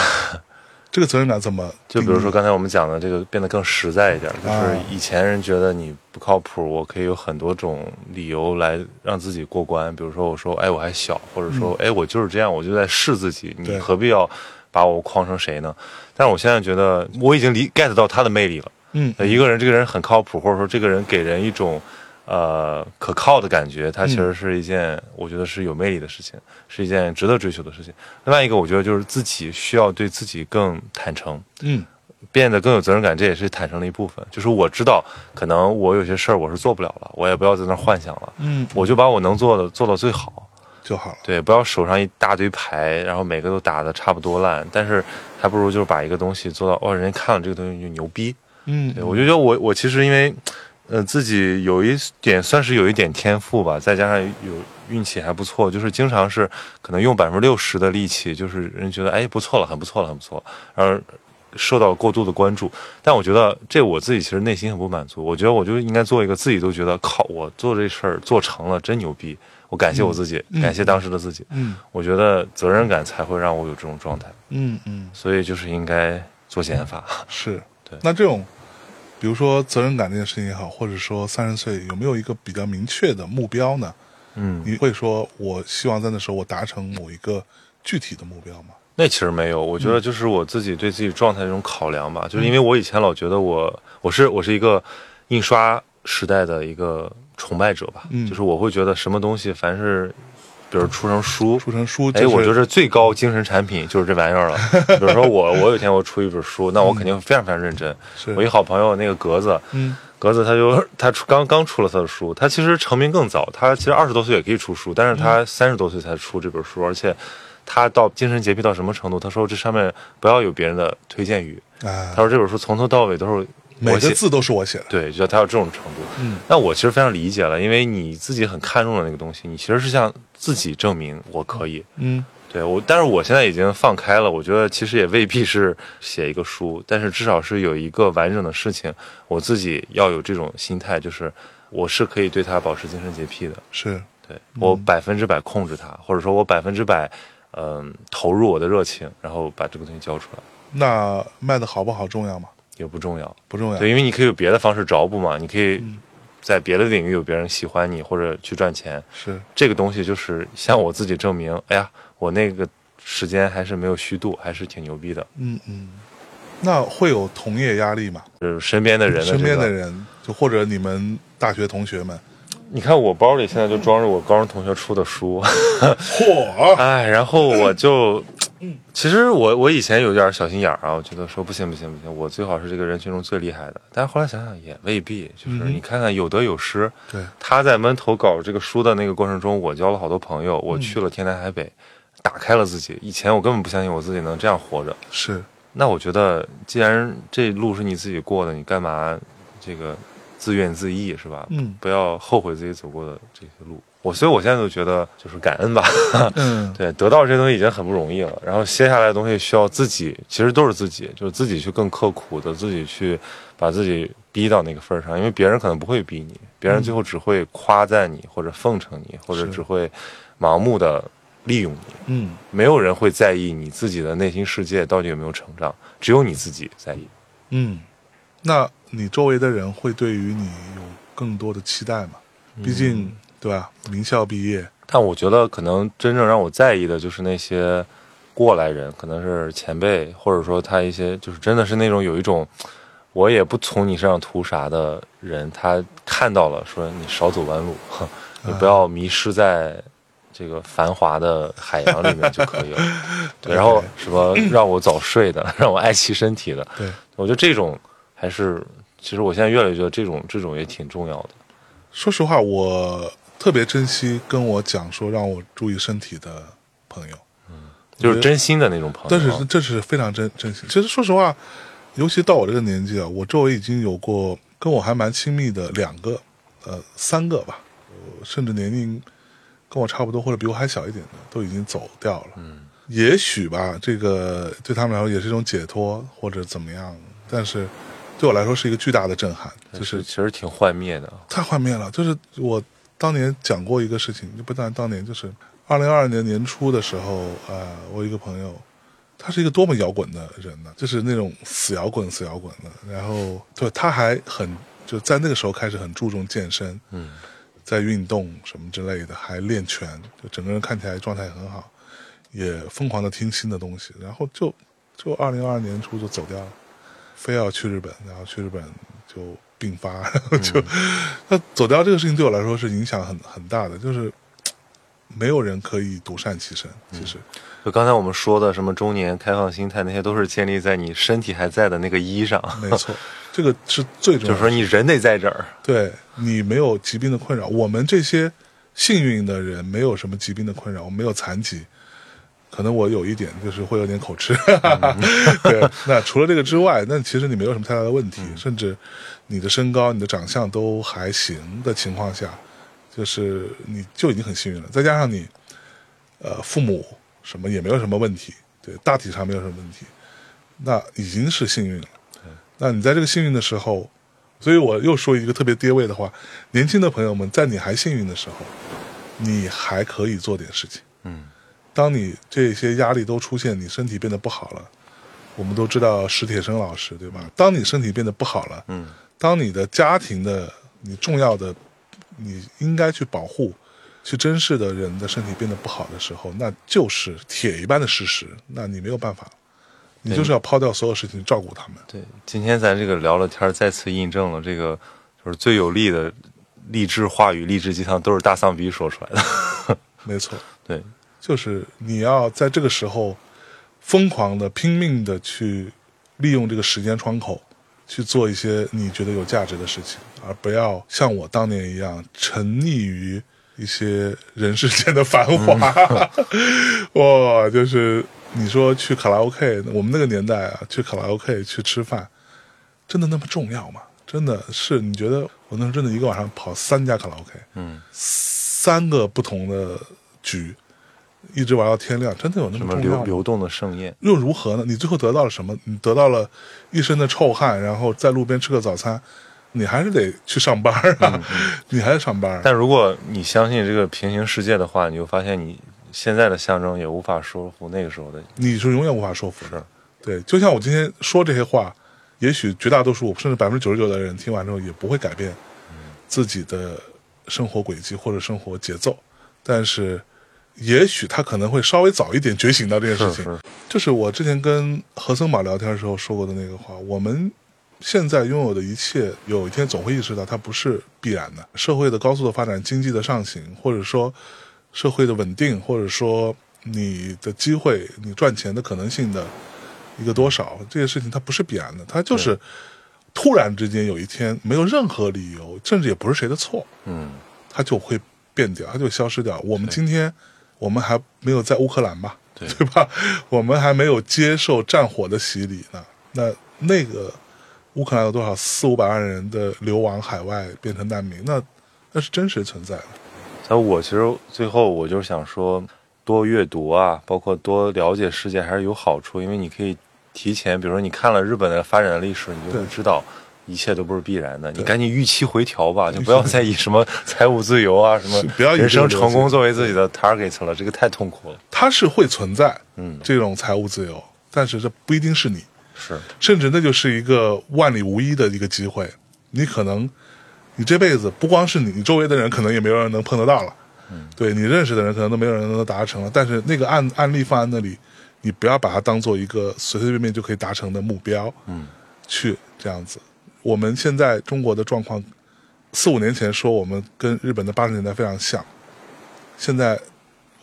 这个责任感怎么
就
定义？
比如说刚才我们讲的这个变得更实在一点，就是
啊
以前人觉得你不靠谱，我可以有很多种理由来让自己过关，比如说我说哎我还小，或者说哎我就是这样，我就在试自己，你
嗯对
何必要把我框成谁呢？但是我现在觉得我已经理 get 到他的魅力了。
嗯，
呃一个人这个人很靠谱，或者说这个人给人一种呃可靠的感觉，它其
嗯
实是一件、我觉得是有魅力的事情，是一件值得追求的事情。另外一个，我觉得就是自己需要对自己更坦诚，
嗯
变得更有责任感，这也是坦诚的一部分。就是我知道，可能我有些事儿我是做不了了，我也不要在那儿幻想了，
嗯，
我就把我能做的做到最好。
就好了。
对，不要手上一大堆牌，然后每个都打的差不多烂，但是还不如就是把一个东西做到，哦，人家看了这个东西就牛逼，
嗯，
对，我就觉得我我其实因为，呃，自己有一点算是有一点天赋吧，再加上有运气还不错，就是经常是可能用百分之六十的力气，就是人觉得哎不错了，很不错了，很不错了，然后受到过度的关注。但我觉得这我自己其实内心很不满足，我觉得我就应该做一个自己都觉得靠，我做这事儿做成了，真牛逼，我感谢我自己，感谢当时的自己。
嗯
我觉得责任感才会让我有这种状态，
嗯嗯，
所以就是应该做减法。
是。
对
那这种，比如说责任感这件事情也好，或者说三十岁有没有一个比较明确的目标呢？
嗯，
你会说我希望在那时候我达成某一个具体的目标吗？
那其实没有，我
嗯
觉得就是我自己对自己状态的一种考量吧，就是因为我以前老觉得我我是我是一个印刷时代的一个崇拜者吧，
嗯
就是我会觉得什么东西凡是比如出成书。
出成书、就是，
哎，我觉得最高精神产品就是这玩意儿了。比如说我，我有一天我出一本书，那我肯定非常非常认真。
嗯是
我一好朋友那个格子，
嗯
格子他就他出刚刚出了他的书，他其实成名更早，他其实二十多岁也可以出书，但是
嗯
他三十多岁才出这本书，而且他到精神洁癖到什么程度？他说这上面不要有别人的推荐语，
啊
他，说这本书从头到尾都是
每
我
个
写，
字都是我写的，
对，就他有这种程度。
嗯，
那我其实非常理解了，因为你自己很看重的那个东西，你其实是向自己证明我可以。
嗯
对我，但是我现在已经放开了，我觉得其实也未必是写一个书，但是至少是有一个完整的事情，我自己要有这种心态，就是我是可以对它保持精神洁癖的，
是，
对我百分之百控制它，或者说我百分之百嗯、投入我的热情，然后把这个东西交出来
那卖的好不好重要吗？
也不重要，
不重要，
对，因为你可以有别的方式找补嘛，你可以在别的领域有别人喜欢你或者去赚钱，
是
这个东西就是向我自己证明，哎呀，我那个时间还是没有虚度，还是挺牛逼的。
嗯嗯，那会有同业压力吗？
就是身边的人的、这个、
身边的。人，就或者你们大学同学们，
你看我包里现在就装着我高中同学出的书， *laughs*
嚯，
哎，然后我就，其实我我以前有点小心眼儿啊，我觉得说不行不行不行，我最好是这个人群中最厉害的。但是后来想想也未必，
嗯
就是你看看有得有失。
对，
他在闷头搞这个书的那个过程中，我交了好多朋
嗯
友，我去了天南海北，打开了自己。以前我根本不相信我自己能这样活着。
是
那我觉得，既然这路是你自己过的，你干嘛这个自怨自艾是吧？
嗯
不要后悔自己走过的这些路。我所以，我现在就觉得就是感恩吧。*laughs*
嗯
啊对，得到这些东西已经很不容易了，然后接下来的东西需要自己，其实都是自己，就是自己去更刻苦的，自己去把自己逼到那个份儿上，因为别人可能不会逼你，别人最后只会夸赞你或者奉承你，或者
是
只会盲目的利用你。
嗯，
没有人会在意你自己的内心世界到底有没有成长，只有你自己在意。
嗯，那你周围的人会对于你有更多的期待吗？毕竟对吧，名校毕业，
但我觉得可能真正让我在意的就是那些过来人，可能是前辈，或者说他一些就是真的是那种有一种我也不从你身上图啥的 *laughs* 人，他看到了说你少走弯路，呵你不要迷失在。这个繁华的海洋里面就可
*laughs*
以了。对，然后什么让我早睡的， *laughs* 让我爱惜身体的，
对，
我觉得这种还是，其实我现在越来越觉得这种这种也挺重要的。
说实话，我特别珍惜跟我讲说让我注意身体的朋友，
就是真心的那种朋友。啊
但是这是非常真真心。其实说实话，尤其到我这个年纪啊，我周围已经有过跟我还蛮亲密的两个，呃，三个吧，呃甚至年龄跟我差不多或者比我还小一点的，都已经走掉了。嗯，也许吧，这个对他们来说也是一种解脱或者怎么样，但是对我来说是一个巨大的震撼，就
就是是其实挺幻灭的。
太幻灭了。就是我当年讲过一个事情，就不但当年，就是二零二二年年初的时候，呃，我有一个朋友，他是一个多么摇滚的人呢、就是那种死摇滚、死摇滚的。然后对，他还很就在那个时候开始很注重健身，
嗯，
在运动什么之类的，还练拳，就整个人看起来状态很好，也疯狂的听新的东西，然后就就二零二二年初就走掉了，非要去日本，然后去日本就病发，然后就、那走掉这个事情对我来说是影响很很大的，就是没有人可以独善其身，其实、
就刚才我们说的什么中年开放心态，那些都是建立在你身体还在的那个一上， *laughs*
没错，这个是最重
嗯就是
要的，
说你人得在这儿。
对你没有疾病的困扰，我们这些幸运的人没有什么疾病的困扰，我没有残疾。可能我有一点，就是会有点口吃， *laughs* 对。那除了这个之外，那其实你没有什么太大的问题，甚至你的身高、你的长相都还行的情况下，就是你就已经很幸运了。再加上你，呃，父母什么也没有什么问题，对，大体上没有什么问题，那已经是幸运了。那你在这个幸运的时候，所以我又说一个特别跌位的话：年轻的朋友们，在你还幸运的时候，你还可以做点事情。
嗯，
当你这些压力都出现，你身体变得不好了，我们都知道史铁生老师对吧？当你身体变得不好了，
嗯，
当你的家庭的你重要的，你应该去保护、去珍视的人的身体变得不好的时候，那就是铁一般的事实，那你没有办法了，你就是要抛掉所有事情照顾他们。
对，今天咱这个聊了天儿，再次印证了这个就是最有力的励志话语、励志鸡汤都是大丧逼说出来的。 *laughs*
没错，
对，
就是你要在这个时候疯狂的、拼命的去利用这个时间窗口，去做一些你觉得有价值的事情，而不要像我当年一样沉溺于一些人世间的繁华。
嗯
*laughs* 哇，就是你说去卡拉 OK，我们那个年代啊，去卡拉 OK 去吃饭，真的那么重要吗？真的是你觉得我那时候真的一个晚上跑三家卡拉 OK，
嗯，
三个不同的局，一直玩到天亮，嗯真的有那
什么
么重
流
要吗？
流动的盛宴，
又如何呢？你最后得到了什么？你得到了一身的臭汗，然后在路边吃个早餐，你还是得去上班啊， *laughs* 你还是上班啊。
嗯但如果你相信这个平行世界的话，你就发现你现在的象征也无法说服那个时候的。
你是永远无法说服
是
的。对，就像我今天说这些话，也许绝大多数甚至百分之九十九的人听完之后也不会改变
嗯
自己的生活轨迹或者生活节奏，但是也许他可能会稍微早一点觉醒到这件事
是
情。
是，
就是我之前跟何森宝聊天的时候说过的那个话，我们现在拥有的一切，有一天总会意识到它不是必然的。社会的高速的发展、经济的上行，或者说社会的稳定，或者说你的机会、你赚钱的可能性的一个多少，这些事情它不是必然的，它就是突然之间有一天没有任何理由，甚至也不是谁的错，
嗯，
它就会变掉，它就消失掉。我们今天，我们还没有在乌克兰吧？
对
对吧？ *laughs* 我们还没有接受战火的洗礼呢。那那个乌克兰有多少四五百万人的流亡海外变成难民？那那是真实存在的。
所以我其实最后我就是想说，多阅读啊，包括多了解世界还是有好处，因为你可以提前，比如说你看了日本的发展的历史，你就会
对
知道。一切都不是必然的，你
对
赶紧预期回调吧，就不要再以什
*laughs*
么财务自由啊、什么
是不要以
人
这
生
个逻辑
成功作为自己的 target 了，这个太痛苦了。
它是会存在
嗯，
这种财务自由，但是这不一定是你，
是，
甚至那就是一个万里无一的一个机会。你可能你这辈子不光是你，你周围的人可能也没有人能碰得到了。
嗯
对你认识的人，可能都没有人能达成了。但是那个案案例放在那里，你不要把它当做一个随随便便就可以达成的目标，
嗯，
去这样子。我们现在中国的状况，四五年前说我们跟日本的八十年代非常像，现在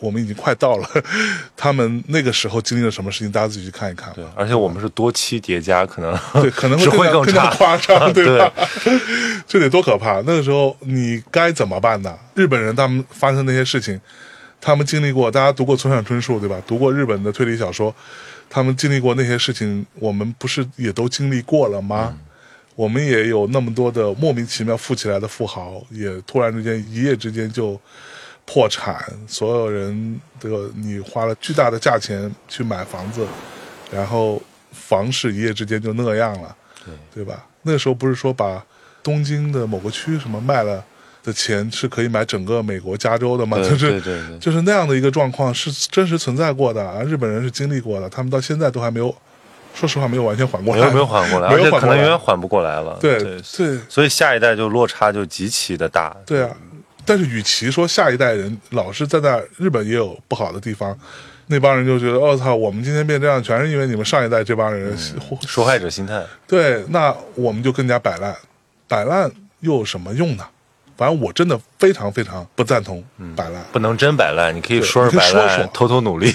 我们已经快到了， *laughs* 他们那个时候经历了什么事情，大家自己去看一看吧。
对，而且我们是多期叠加，可能
*laughs* 对，可能
*laughs* 只
会
会
更
更
加更加
差，
夸
*laughs*
张，
对
吧？ *laughs* 这得多可怕！那个时候你该怎么办呢？日本人他们发生那些事情，他们经历过，大家读过村上春树对吧？读过日本的推理小说，他们经历过那些事情，我们不是也都经历过了吗？我们也有那么多的莫名其妙富起来的富豪，也突然之间一夜之间就破产，所有人这个你花了巨大的价钱去买房子，然后房市一夜之间就那样了，对吧？那时候不是说把东京的某个区什么卖了的钱是可以买整个美国加州的吗？
对
就是
对对对
就是那样的一个状况是真实存在过的啊，日本人是经历过的，他们到现在都还没有，说实话没有完全缓过
没
来，
有没有缓过来，
*laughs* 没
而
有
且
缓
可
过
能
来
永远缓不过来了。
对
对，
对
所以下一代就落差就极其的大。
对啊，但是与其说下一代人老是在那儿日本也有不好的地方，那帮人就觉得我、哦、操，我们今天变这样，全是因为你们上一代这帮人、
受害者心态，
对，那我们就更加摆烂，摆烂又有什么用呢？反正我真的非常非常不赞同摆烂， *laughs*
不能真摆烂，你可以说是
你可
摆
以说
烂，
说
偷偷努力。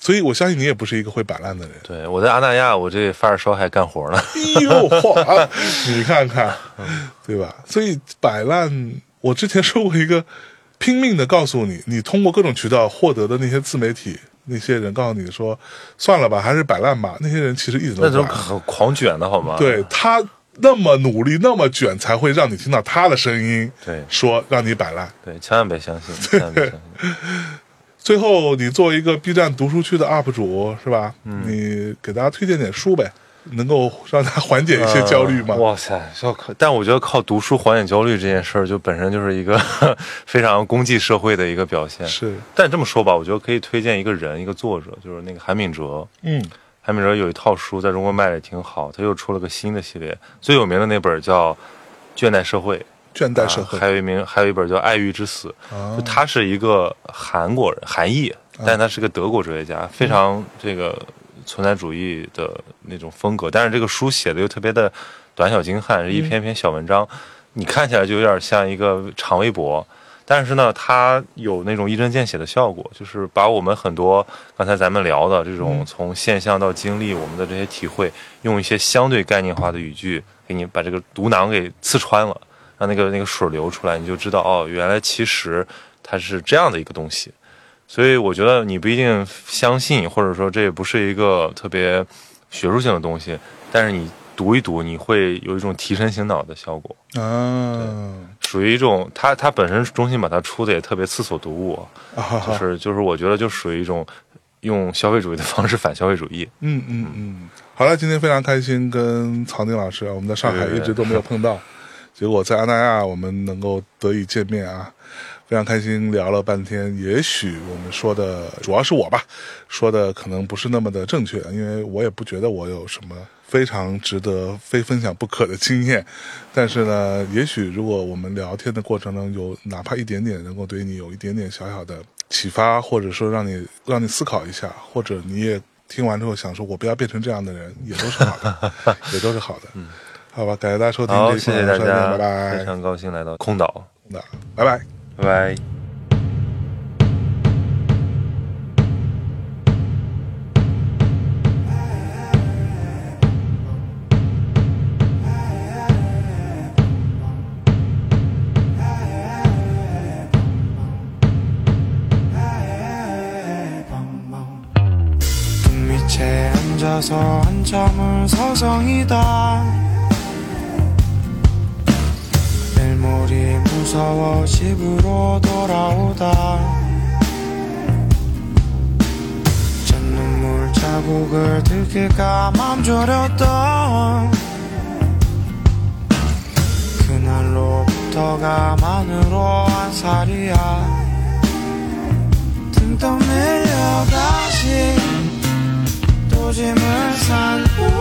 所以我相信你也不是一个会摆烂的人。
对，我在阿那亚，我这发着烧还干活呢。
哎呦，嚯，你看看，对吧？所以摆烂，我之前说过一个，拼命的告诉你，你通过各种渠道获得的那些自媒体，那些人告诉你说，算了吧，还是摆烂吧。那些人其实一直都
那
摆
种
烂，
很狂卷的好吗？
对他那么努力，那么卷，才会让你听到他的声音，
对
说让你摆烂。
对，千万别相信，千万别
*laughs*
相信。
最后，你作为一个 B 站读书区的 UP 主，是吧？你给大家推荐点书呗，能够让他缓解一些焦虑吗？
呃哇塞，要靠！但我觉得靠读书缓解焦虑这件事儿，就本身就是一个 *laughs* 非常功绩社会的一个表现。
是，
但这么说吧，我觉得可以推荐一个人，一个作者，就是那个韩敏哲。
嗯，
韩敏哲有一套书在中国卖的也挺好，他又出了个新的系列，最有名的那本叫《倦怠社会》，
倦
啊
怠社会。
还有一名还有一本叫《爱欲之死》，
啊
就他是一个韩国人，韩裔，但他是个德国哲学
嗯
家，非常这个存在主义的那种风格。但是这个书写的又特别的短小精悍，是
嗯
一篇篇小文章，你看起来就有点像一个长微博。但是呢，它有那种一针见血的效果，就是把我们很多刚才咱们聊的这
嗯
种从现象到经历，我们的这些体会，用一些相对概念化的语句，给你把这个毒囊给刺穿了。让那个那个水流出来，你就知道哦，原来其实它是这样的一个东西。所以我觉得你不一定相信，或者说这也不是一个特别学术性的东西，但是你读一读，你会有一种提神醒脑的效果，
啊，
属于一种它它本身中心把它出的也特别思索读物，
啊，
就是就是我觉得就属于一种用消费主义的方式反消费主义。
嗯嗯嗯，好了，今天非常开心跟曹宁老师，啊，我们在上海
对
一直都没有
*laughs*
碰到，结果在阿那亚我们能够得以见面啊，非常开心聊了半天。也许我们说的主要是我吧，说的可能不是那么的正确，因为我也不觉得我有什么非常值得非分享不可的经验。但是呢，也许如果我们聊天的过程中有哪怕一点点能够对你有一点点小小的启发，或者说让你让你思考一下，或者你也听完之后想说我不要变成这样的人，也都是
*laughs*
好的，也都是好的。嗯，好吧，感谢大家收听
好，
这一
谢
期的
谢大
晚上见
家，
拜
非
拜，
常高兴来到空岛，
那拜拜。
拜拜。
밑에 앉아서 한참을 서성이다 내일모리 무서워 집으로 돌아오다 젖눈물 자국을 들킬까 맘졸였던 그날로부터가 만으로 한 살이야 등 떠밀려 다시 또 짐을 산 후.